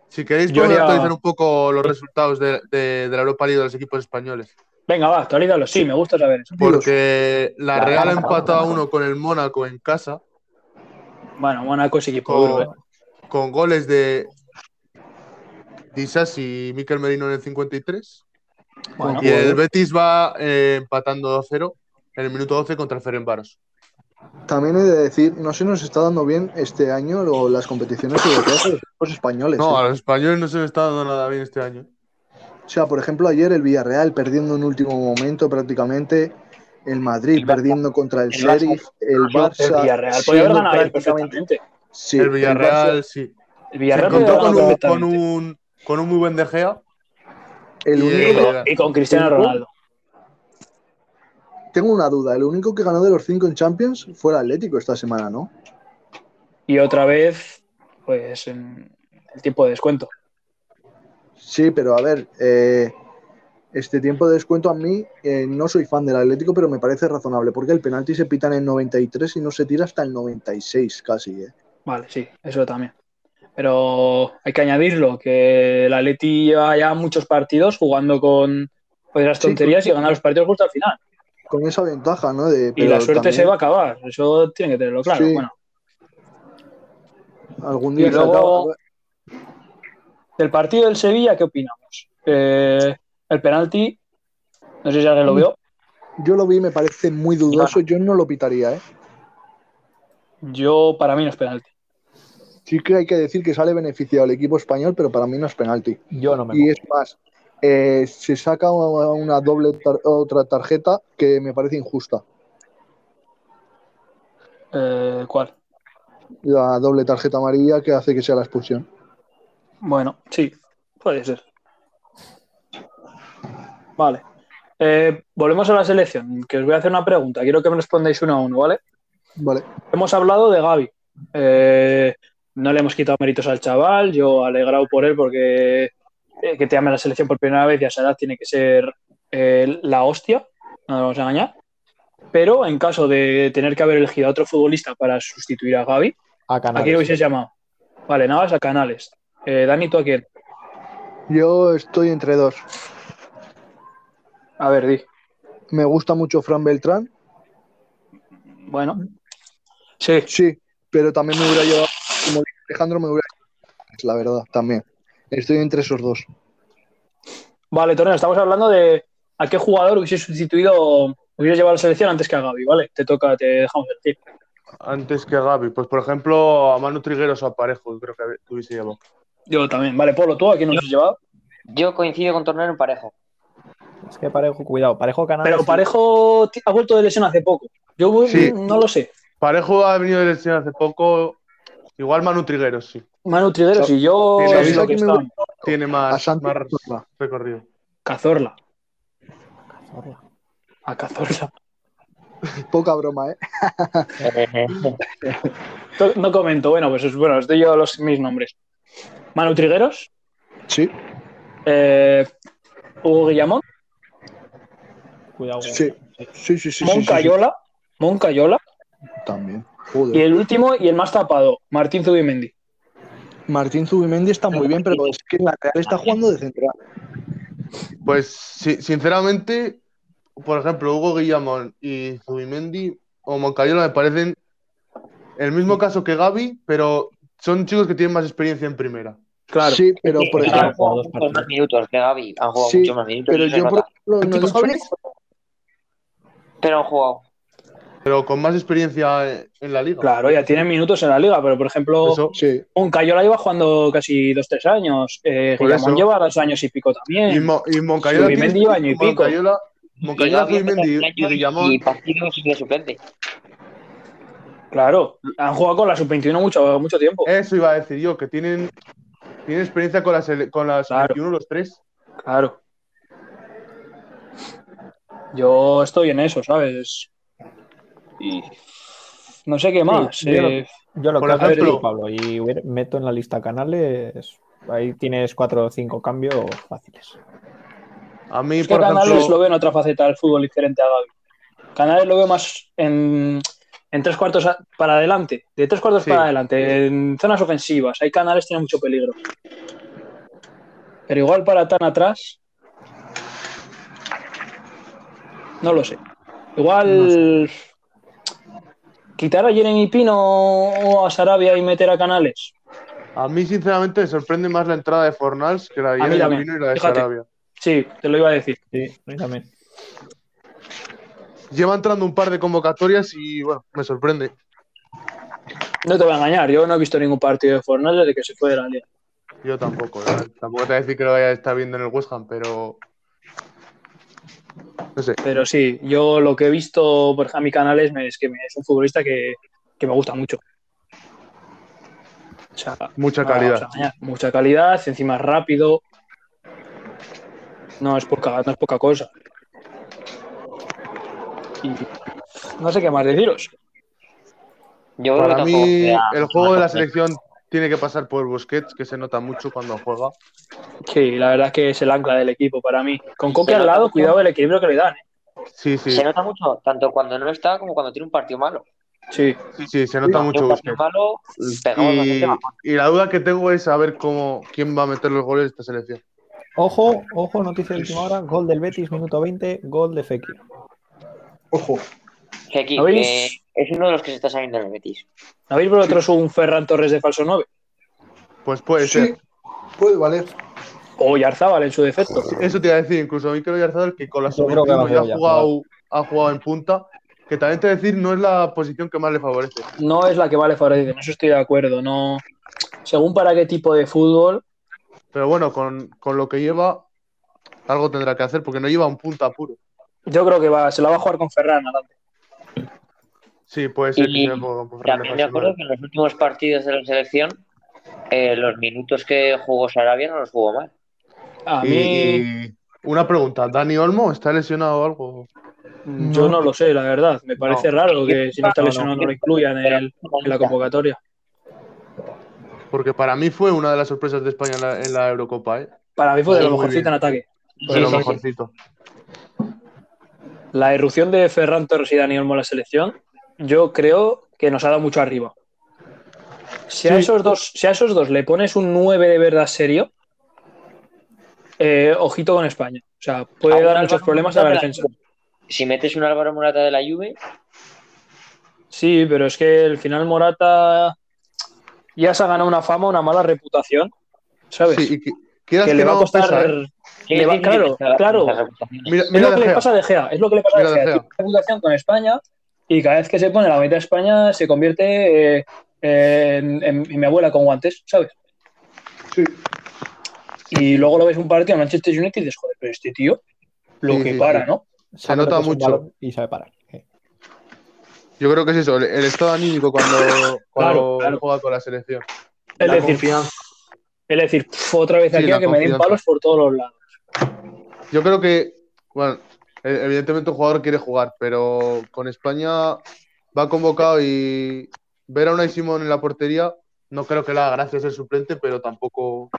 Si queréis, Yo podemos haría- actualizar un poco los resultados de, de- de la Europa League de los equipos españoles. Venga, va, actualízalo. Sí, me gusta saber eso. Porque la La Real ha Real, empatado a Mónaco. uno con el Mónaco en casa, Bueno, Mónaco es equipo con, duro, ¿eh? con goles de Disas y Miquel Merino en el 53. Bueno, Y el Betis va eh, empatando 2-0 en el minuto 12 contra el Ferenbaros. También he de decir, no se nos está dando bien este año lo- las competiciones europeas a los equipos españoles. No, ¿eh? a los españoles no se les está dando nada bien este año. O sea, por ejemplo, ayer el Villarreal perdiendo en último momento prácticamente, el Madrid El Barça. perdiendo contra el, El Barça. Sheriff, el Barça. el Villarreal podía haber siendo ganado ayer prácticamente- perfectamente. Sí, el Villarreal sí. El Se Villarreal podía haber encontró con ganado un, con, perfectamente. un, con un muy buen De Gea. El Y- único- Y con- Y con Cristiano Ronaldo. Tengo una duda, el único que ganó de los cinco en Champions fue el Atlético esta semana, ¿no? Y otra vez, pues, en el tiempo de descuento. Sí, pero a ver, eh, este tiempo de descuento a mí eh, no soy fan del Atlético, pero me parece razonable, porque el penalti se pita en el 93 y no se tira hasta el 96 casi. ¿eh? Vale, sí, eso también. Pero hay que añadirlo, que el Atleti lleva ya muchos partidos jugando con pues, las Sí, tonterías y gana los partidos justo al final. Con esa ventaja, ¿no? De, Y pero la suerte también se va a acabar, eso tiene que tenerlo claro. Sí. Bueno, Algún día Y luego- se acaba. del partido del Sevilla, ¿qué opinamos? Eh, el penalti, no sé si alguien lo vio, Yo lo vi, me parece muy dudoso, yo no lo pitaría, ¿eh? yo para mí no es penalti. Sí que hay que decir que sale beneficiado el equipo español, pero para mí no es penalti. yo no me Y es más, eh, se saca una una doble tar- otra tarjeta que me parece injusta. Eh, ¿Cuál? La doble tarjeta amarilla que hace que sea la expulsión. Bueno, sí, puede ser. Vale. Eh, volvemos a la selección, que os voy a hacer una pregunta. Quiero que me respondáis uno a uno, ¿vale? Vale. Hemos hablado de Gaby. Eh, no le hemos quitado méritos al chaval. Yo alegrado por él porque eh, que te llame la selección por primera vez y a esa edad tiene que ser eh, la hostia. No nos vamos a engañar. Pero en caso de tener que haber elegido a otro futbolista para sustituir a Gaby, A ¿a Canales. quién hubiese llamado? Vale, Navas a Canales. Eh, Dani, ¿tú a quién? Yo estoy entre dos. A ver, di. Me gusta mucho Fran Beltrán, Bueno. Sí, sí, pero también me hubiera llevado, como dice Alejandro, me hubiera es la verdad, también. Estoy entre esos dos. Vale, Torneo, estamos hablando de a qué jugador hubiese sustituido, hubiese llevado a la selección antes que a Gaby, ¿vale? Te toca, te dejamos elegir. Antes que a Gaby, pues por ejemplo a Manu Trigueros o a Parejo, creo que hubiese llevado. Yo también. Vale, Polo, ¿tú a quién nos has llevado? Yo coincido con Tornero en parejo. Es que parejo, cuidado. Parejo Canales. Pero Parejo ti- ha vuelto de lesión hace poco. Yo voy- Sí. no lo sé. Parejo ha venido de lesión hace poco, igual Manu Trigueros, sí. Manu Trigueros Sa- y yo ¿Sabéis es lo a que quién me está. voy? Tiene Ah, A más, Santi más Cazorla. recorrido. Cazorla. Cazorla. A Cazorla. Poca broma, ¿eh? To- No comento, bueno, pues es- bueno, os doy yo los, mis nombres. Manu Trigueros, Sí, eh, Hugo Guillamón, Cuidado. sí, sí, sí, sí, sí, sí, Moncayola, Moncayola, sí, también. y Joder. el último y el más tapado, Martín Zubimendi. Martín Zubimendi está muy bien, pero es que en la Real está jugando de central. Pues sí, sinceramente, por ejemplo, Hugo Guillamón y Zubimendi o Moncayola me parecen el mismo caso que Gaby, pero son chicos que tienen más experiencia en primera. Claro. Sí, pero por Sí, ejemplo, claro. Han jugado muchos más minutos que Gaby. Han jugado Sí, muchos más minutos. pero y se yo por nota. ejemplo no he ¿Chicos dicho- jóvenes? Pero han jugado. Pero con más experiencia eh, en la liga. Claro, ya tienen minutos en la liga, pero por ejemplo, Eso. Sí, Moncayola iba jugando casi dos, tres años. Eh, Por Guillamón eso. lleva dos años y pico Y, también. Mo- y Moncayola. Zubimendi tiene- lleva año y pico. Moncayola, Moncayola, Gaby empezó Zubimendi hace y años Guillamón. Y partidos de suplente. Claro, han jugado con la sub-21 mucho, mucho tiempo. Eso iba a decir yo, que tienen, tienen experiencia con las, con las Claro. 21, los tres. Claro. Yo estoy en eso, ¿sabes? Y no sé qué más. yo no- eh, Yo lo Por que hago ejemplo- es Pablo y hubiera- meto en la lista canales. Ahí tienes cuatro o cinco cambios fáciles. A mí, es que por Canales lo ejemplo, veo en otra faceta del fútbol diferente a Gaby. Canales lo veo más en, en tres cuartos a- para adelante, de tres cuartos Sí. para adelante, en zonas ofensivas. Ahí Canales tiene mucho peligro. Pero igual para tan atrás, no lo sé. Igual quitar a Jeremy Pino o a Sarabia y meter a Canales. a mí sinceramente me sorprende más la entrada de Fornals que la de mí Jeremy también. Pino y la de Fíjate. Sarabia. Sí, te lo iba a decir. Sí, a mí también. Lleva entrando un par de convocatorias y bueno, me sorprende. No te voy a engañar, yo no he visto ningún partido de Fornal desde que se fue de la liga. Yo tampoco, la verdad. tampoco te voy a decir que lo vaya a estar viendo en el West Ham, pero no sé. Pero sí, yo lo que he visto por ejemplo, a mi Canales me- es que me- es un futbolista que, que me gusta mucho. O sea, Mucha no, calidad. o sea, mañana, mucha calidad, encima es rápido. No es poca, no es poca cosa. Y no sé qué más deciros. Yo creo que Para tampoco mí queda- el juego de la selección tiene que pasar por Busquets, que se nota mucho cuando juega. Sí, la verdad es que es el ancla del equipo para mí. Con Coque Se al nota lado, mucho. cuidado el equilibrio que le dan. ¿eh? Sí, sí, Se nota mucho, tanto cuando no está como cuando tiene un partido malo. Sí, sí, sí, se nota Cuando tiene mucho un partido Busquets. malo, pegamos Y, bastante bajón. y la duda que tengo es saber cómo quién va a meter los goles de esta selección. Ojo, ojo, noticia de última hora. Gol del Betis, minuto 20, gol de Fekir. ojo. Fekir, ¿Habéis- que es uno de los que se está saliendo del Betis. ¿No ¿habéis vosotros un Ferran Torres de falso 9? Pues puede Sí, ser. puede valer. O Yarzábal en su defecto. Eso te iba a decir, incluso Mikel Oyarzabal, que con la Yo creo que sub-21 va a ya ha jugar jugado, ha jugado en punta, que también te voy a decir, no es la posición que más le favorece. no es la que vale favorece, en eso estoy de acuerdo. No, según para qué tipo de fútbol, Pero bueno, con, con lo que lleva, algo tendrá que hacer, porque no lleva un punta puro. yo creo que va, se la va a jugar con Ferran adelante. Sí, puede ser que Y sea por- por También me problemas, acuerdo que en los últimos partidos de la selección, eh, los minutos que jugó Sarabia no los jugó mal. A ¿no? mí, Y, y una pregunta, ¿Dani Olmo está lesionado o algo? yo no lo sé, la verdad. Me parece raro que si no está No, no. lesionado no lo incluyan en, el- en la convocatoria. Porque para mí fue una de las sorpresas de España en la, en la Eurocopa, ¿eh? Para mí fue de Sí, lo muy mejorcito bien. en ataque. Fue lo sí, sí. mejorcito. la irrupción de Ferran Torres y Dani Olmo en la selección, yo creo que nos ha dado mucho arriba. Si, a, Sí. esos dos, si a esos dos le pones un 9 de verdad serio, eh, ojito con España. O sea, puede Aún dar Álvaro muchos problemas a la Morata defensa. Si metes un Álvaro Morata de la Juve, Sí, pero es que el final Morata ya se ha ganado una fama, una mala reputación, ¿sabes? Sí, y que, quieras que que, le va no a costar. pesa, ¿eh? ¿qué Le va- difícil claro, está la- claro. la reputación? Mira, Es mira lo que De le Gea. pasa a De Gea, es lo que le pasa Mira a De De Gea. Gea. Tiene reputación con España y cada vez que se pone la mitad de España se convierte eh, en, en- en mi abuela con guantes, ¿sabes? Sí. Y luego lo ves un partido en Manchester United y dices, joder, pero este tío lo Sí, que sí, para, sí. ¿no? Se Sabe lo nota que es un mucho. balón Y sabe parar. Sí. Yo creo que es eso, el, el estado anímico cuando, cuando claro. juega con la selección. Es la decir, confianza. es decir, "Pf, otra vez Sí, aquí la a que me den confianza. palos por todos los lados. Yo creo que, bueno, e- evidentemente un jugador quiere jugar, pero con España va convocado y ver a Unai Simón en la portería no creo que le haga gracia ser suplente, pero tampoco...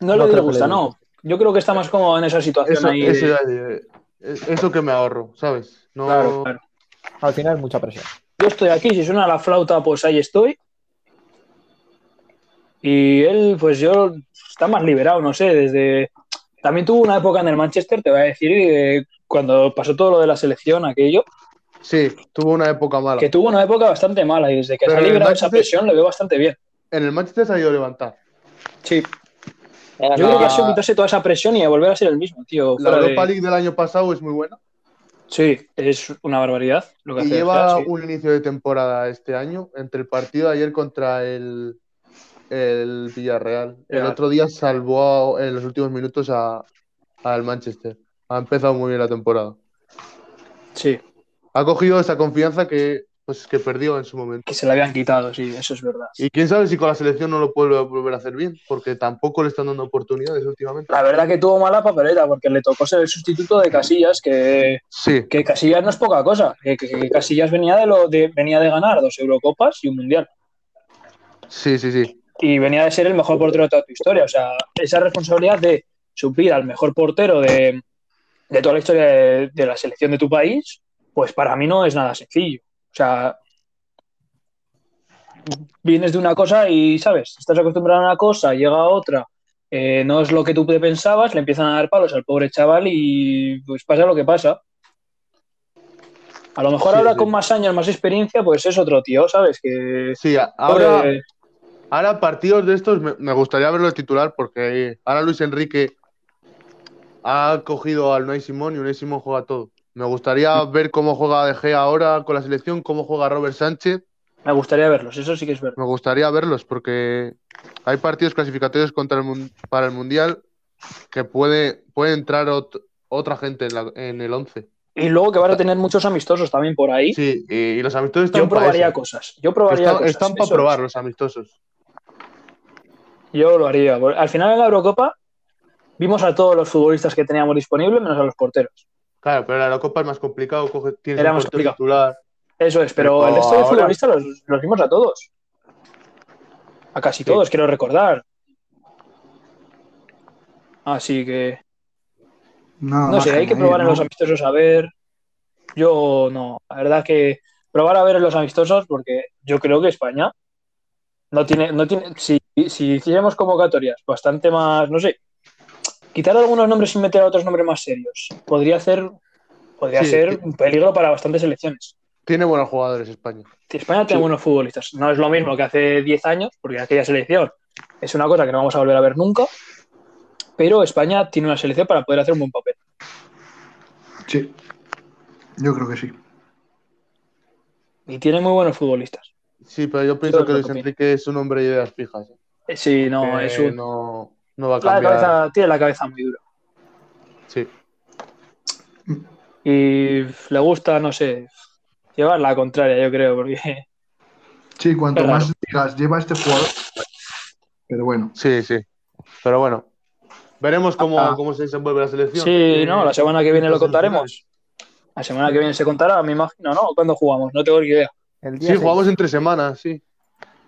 No, No le creo que gusta, le no. Yo creo que está más cómodo en esa situación Eso, ahí. de- eso, ya- eh, eso que me ahorro, ¿sabes? No, Claro, claro. Al final, mucha presión. Yo estoy aquí, si suena la flauta, pues ahí estoy. Y él, pues yo, está más liberado, no sé, desde... También tuvo una época en el Manchester, te voy a decir, eh, cuando pasó todo lo de la selección, aquello, Sí, tuvo una época mala. que tuvo una época bastante mala y desde que se Pero ha en el liberado esa Manchester- presión le veo bastante bien. En el Manchester se ha ido a levantar. Sí. Era Yo la- creo que ha sido quitarse toda esa presión y a volver a ser el mismo, tío. La fuera de- Europa League del año pasado es muy buena Sí, es una barbaridad lo que y hace. lleva o sea, sí. un inicio de temporada este año entre el partido de ayer contra el, el Villarreal. El Real. otro día salvó a- en los últimos minutos a- al Manchester. Ha empezado muy bien la temporada. Sí, Ha cogido esa confianza que, pues, que perdió en su momento. que se la habían quitado, sí, eso es verdad. Y quién sabe si con la selección no lo puede volver a hacer bien, porque tampoco le están dando oportunidades últimamente. La verdad que tuvo mala papeleta porque le tocó ser el sustituto de Casillas, que, Sí, que Casillas no es poca cosa. Que, que- que Casillas venía de, lo, de, venía de ganar dos Eurocopas y un Mundial. sí, sí, sí. Y venía de ser el mejor portero de toda tu historia. O sea, esa responsabilidad de suplir al mejor portero de, de toda la historia de, de la selección de tu país, pues para mí no es nada sencillo. O sea, vienes de una cosa y, ¿sabes? Estás acostumbrado a una cosa, llega a otra. eh, no es lo que tú te pensabas, le empiezan a dar palos al pobre chaval y pues pasa lo que pasa. A lo mejor Sí, ahora sí. con más años, más experiencia, pues es otro tío, ¿sabes? Que Sí, a- ahora, Pobre- Ahora, partidos de estos me, me gustaría verlo de titular porque ahora Luis Enrique ha cogido al Unai Simón y Unai Simón juega todo. Me gustaría ver cómo juega De Gea ahora con la selección, cómo juega Robert Sánchez. me gustaría verlos, eso sí que es verdad. Me gustaría verlos porque hay partidos clasificatorios contra el mun- para el Mundial que puede, puede entrar ot- otra gente en, la- en el 11. Y luego que vas a tener muchos amistosos también por ahí. Sí, y, y los amistosos están yo para probaría eso. cosas. Yo probaría Están- cosas. están para eso probar los amistosos. es. Yo lo haría. Al final en la Eurocopa vimos a todos los futbolistas que teníamos disponibles, menos a los porteros. Claro, pero la Copa es más complicado, coge, tienes Era un más complicado. portero titular. Eso es, pero Pero el resto de ahora- futbolistas los, los vimos a todos. A casi todos, quiero recordar. Así que, Nada no más sé, hay que añadir, probar en Ah, ¿no? los amistosos a ver. Yo no, la verdad que probar a ver en los amistosos porque yo creo que España no tiene, no tiene, si, si hiciéramos convocatorias bastante más, no sé, quitar algunos nombres sin meter a otros nombres más serios, podría hacer, podría Sí, ser sí. un peligro para bastantes elecciones. Tiene buenos jugadores España. España tiene buenos futbolistas. No es lo mismo que hace 10 años, porque aquella selección es una cosa que no vamos a volver a ver nunca. Pero España tiene una selección para poder hacer un buen papel. Sí. Yo creo que sí. Y tiene muy buenos futbolistas. Sí, pero yo pienso Yo que creo Luis que opino. Enrique es un hombre de ideas fijas. ¿eh? Eh, Sí, no, Que es un. no, no va a la cambiar. cabeza, tiene la cabeza muy dura. Sí. Y le gusta, no sé, llevar la contraria, yo creo, porque. Sí, cuanto Claro. más digas lleva este jugador. Pero bueno. sí, sí. Pero bueno, veremos cómo, Ah. cómo se desenvuelve la selección. Sí, no, la semana que viene lo Eh, Entonces, contaremos. La semana que viene se contará, me imagino, ¿no? ¿Cuándo jugamos? No tengo ni idea. El día Sí, seis, jugamos entre semanas, sí.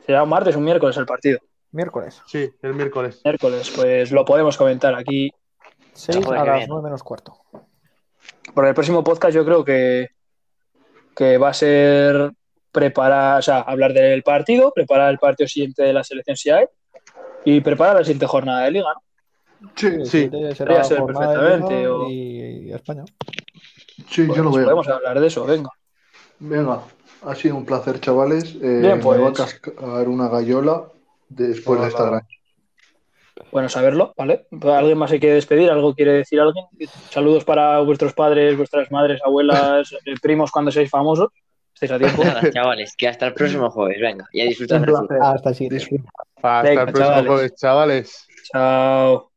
Será un martes, un miércoles el partido. miércoles. Sí, el miércoles. Miércoles, pues lo podemos comentar aquí 6 Joder, a qué las bien. 9 menos cuarto. para el próximo podcast yo creo que, que va a ser preparar, o sea, hablar del partido, preparar el partido siguiente de la selección si hay, y preparar la siguiente jornada de liga. ¿no? El Sí, sí. siguiente podría será ser jornada de Liga perfectamente, o- y, y España. Sí, yo lo Pues veo. Podemos hablar de eso, venga. Venga, ha sido un placer, chavales. Eh, Bien, pues. Me voy a cascar una gallola después de esta gran. Bueno, saberlo, ¿vale? ¿Alguien más se quiere despedir? ¿Algo quiere decir alguien? Saludos para vuestros padres, vuestras madres, abuelas, eh, primos cuando seáis famosos. Estáis a tiempo. Nada, chavales, que hasta el próximo jueves, venga, ya disfrutad. Un placer. Hasta el siguiente. Hasta Venga, el próximo chavales. jueves, chavales. Chao.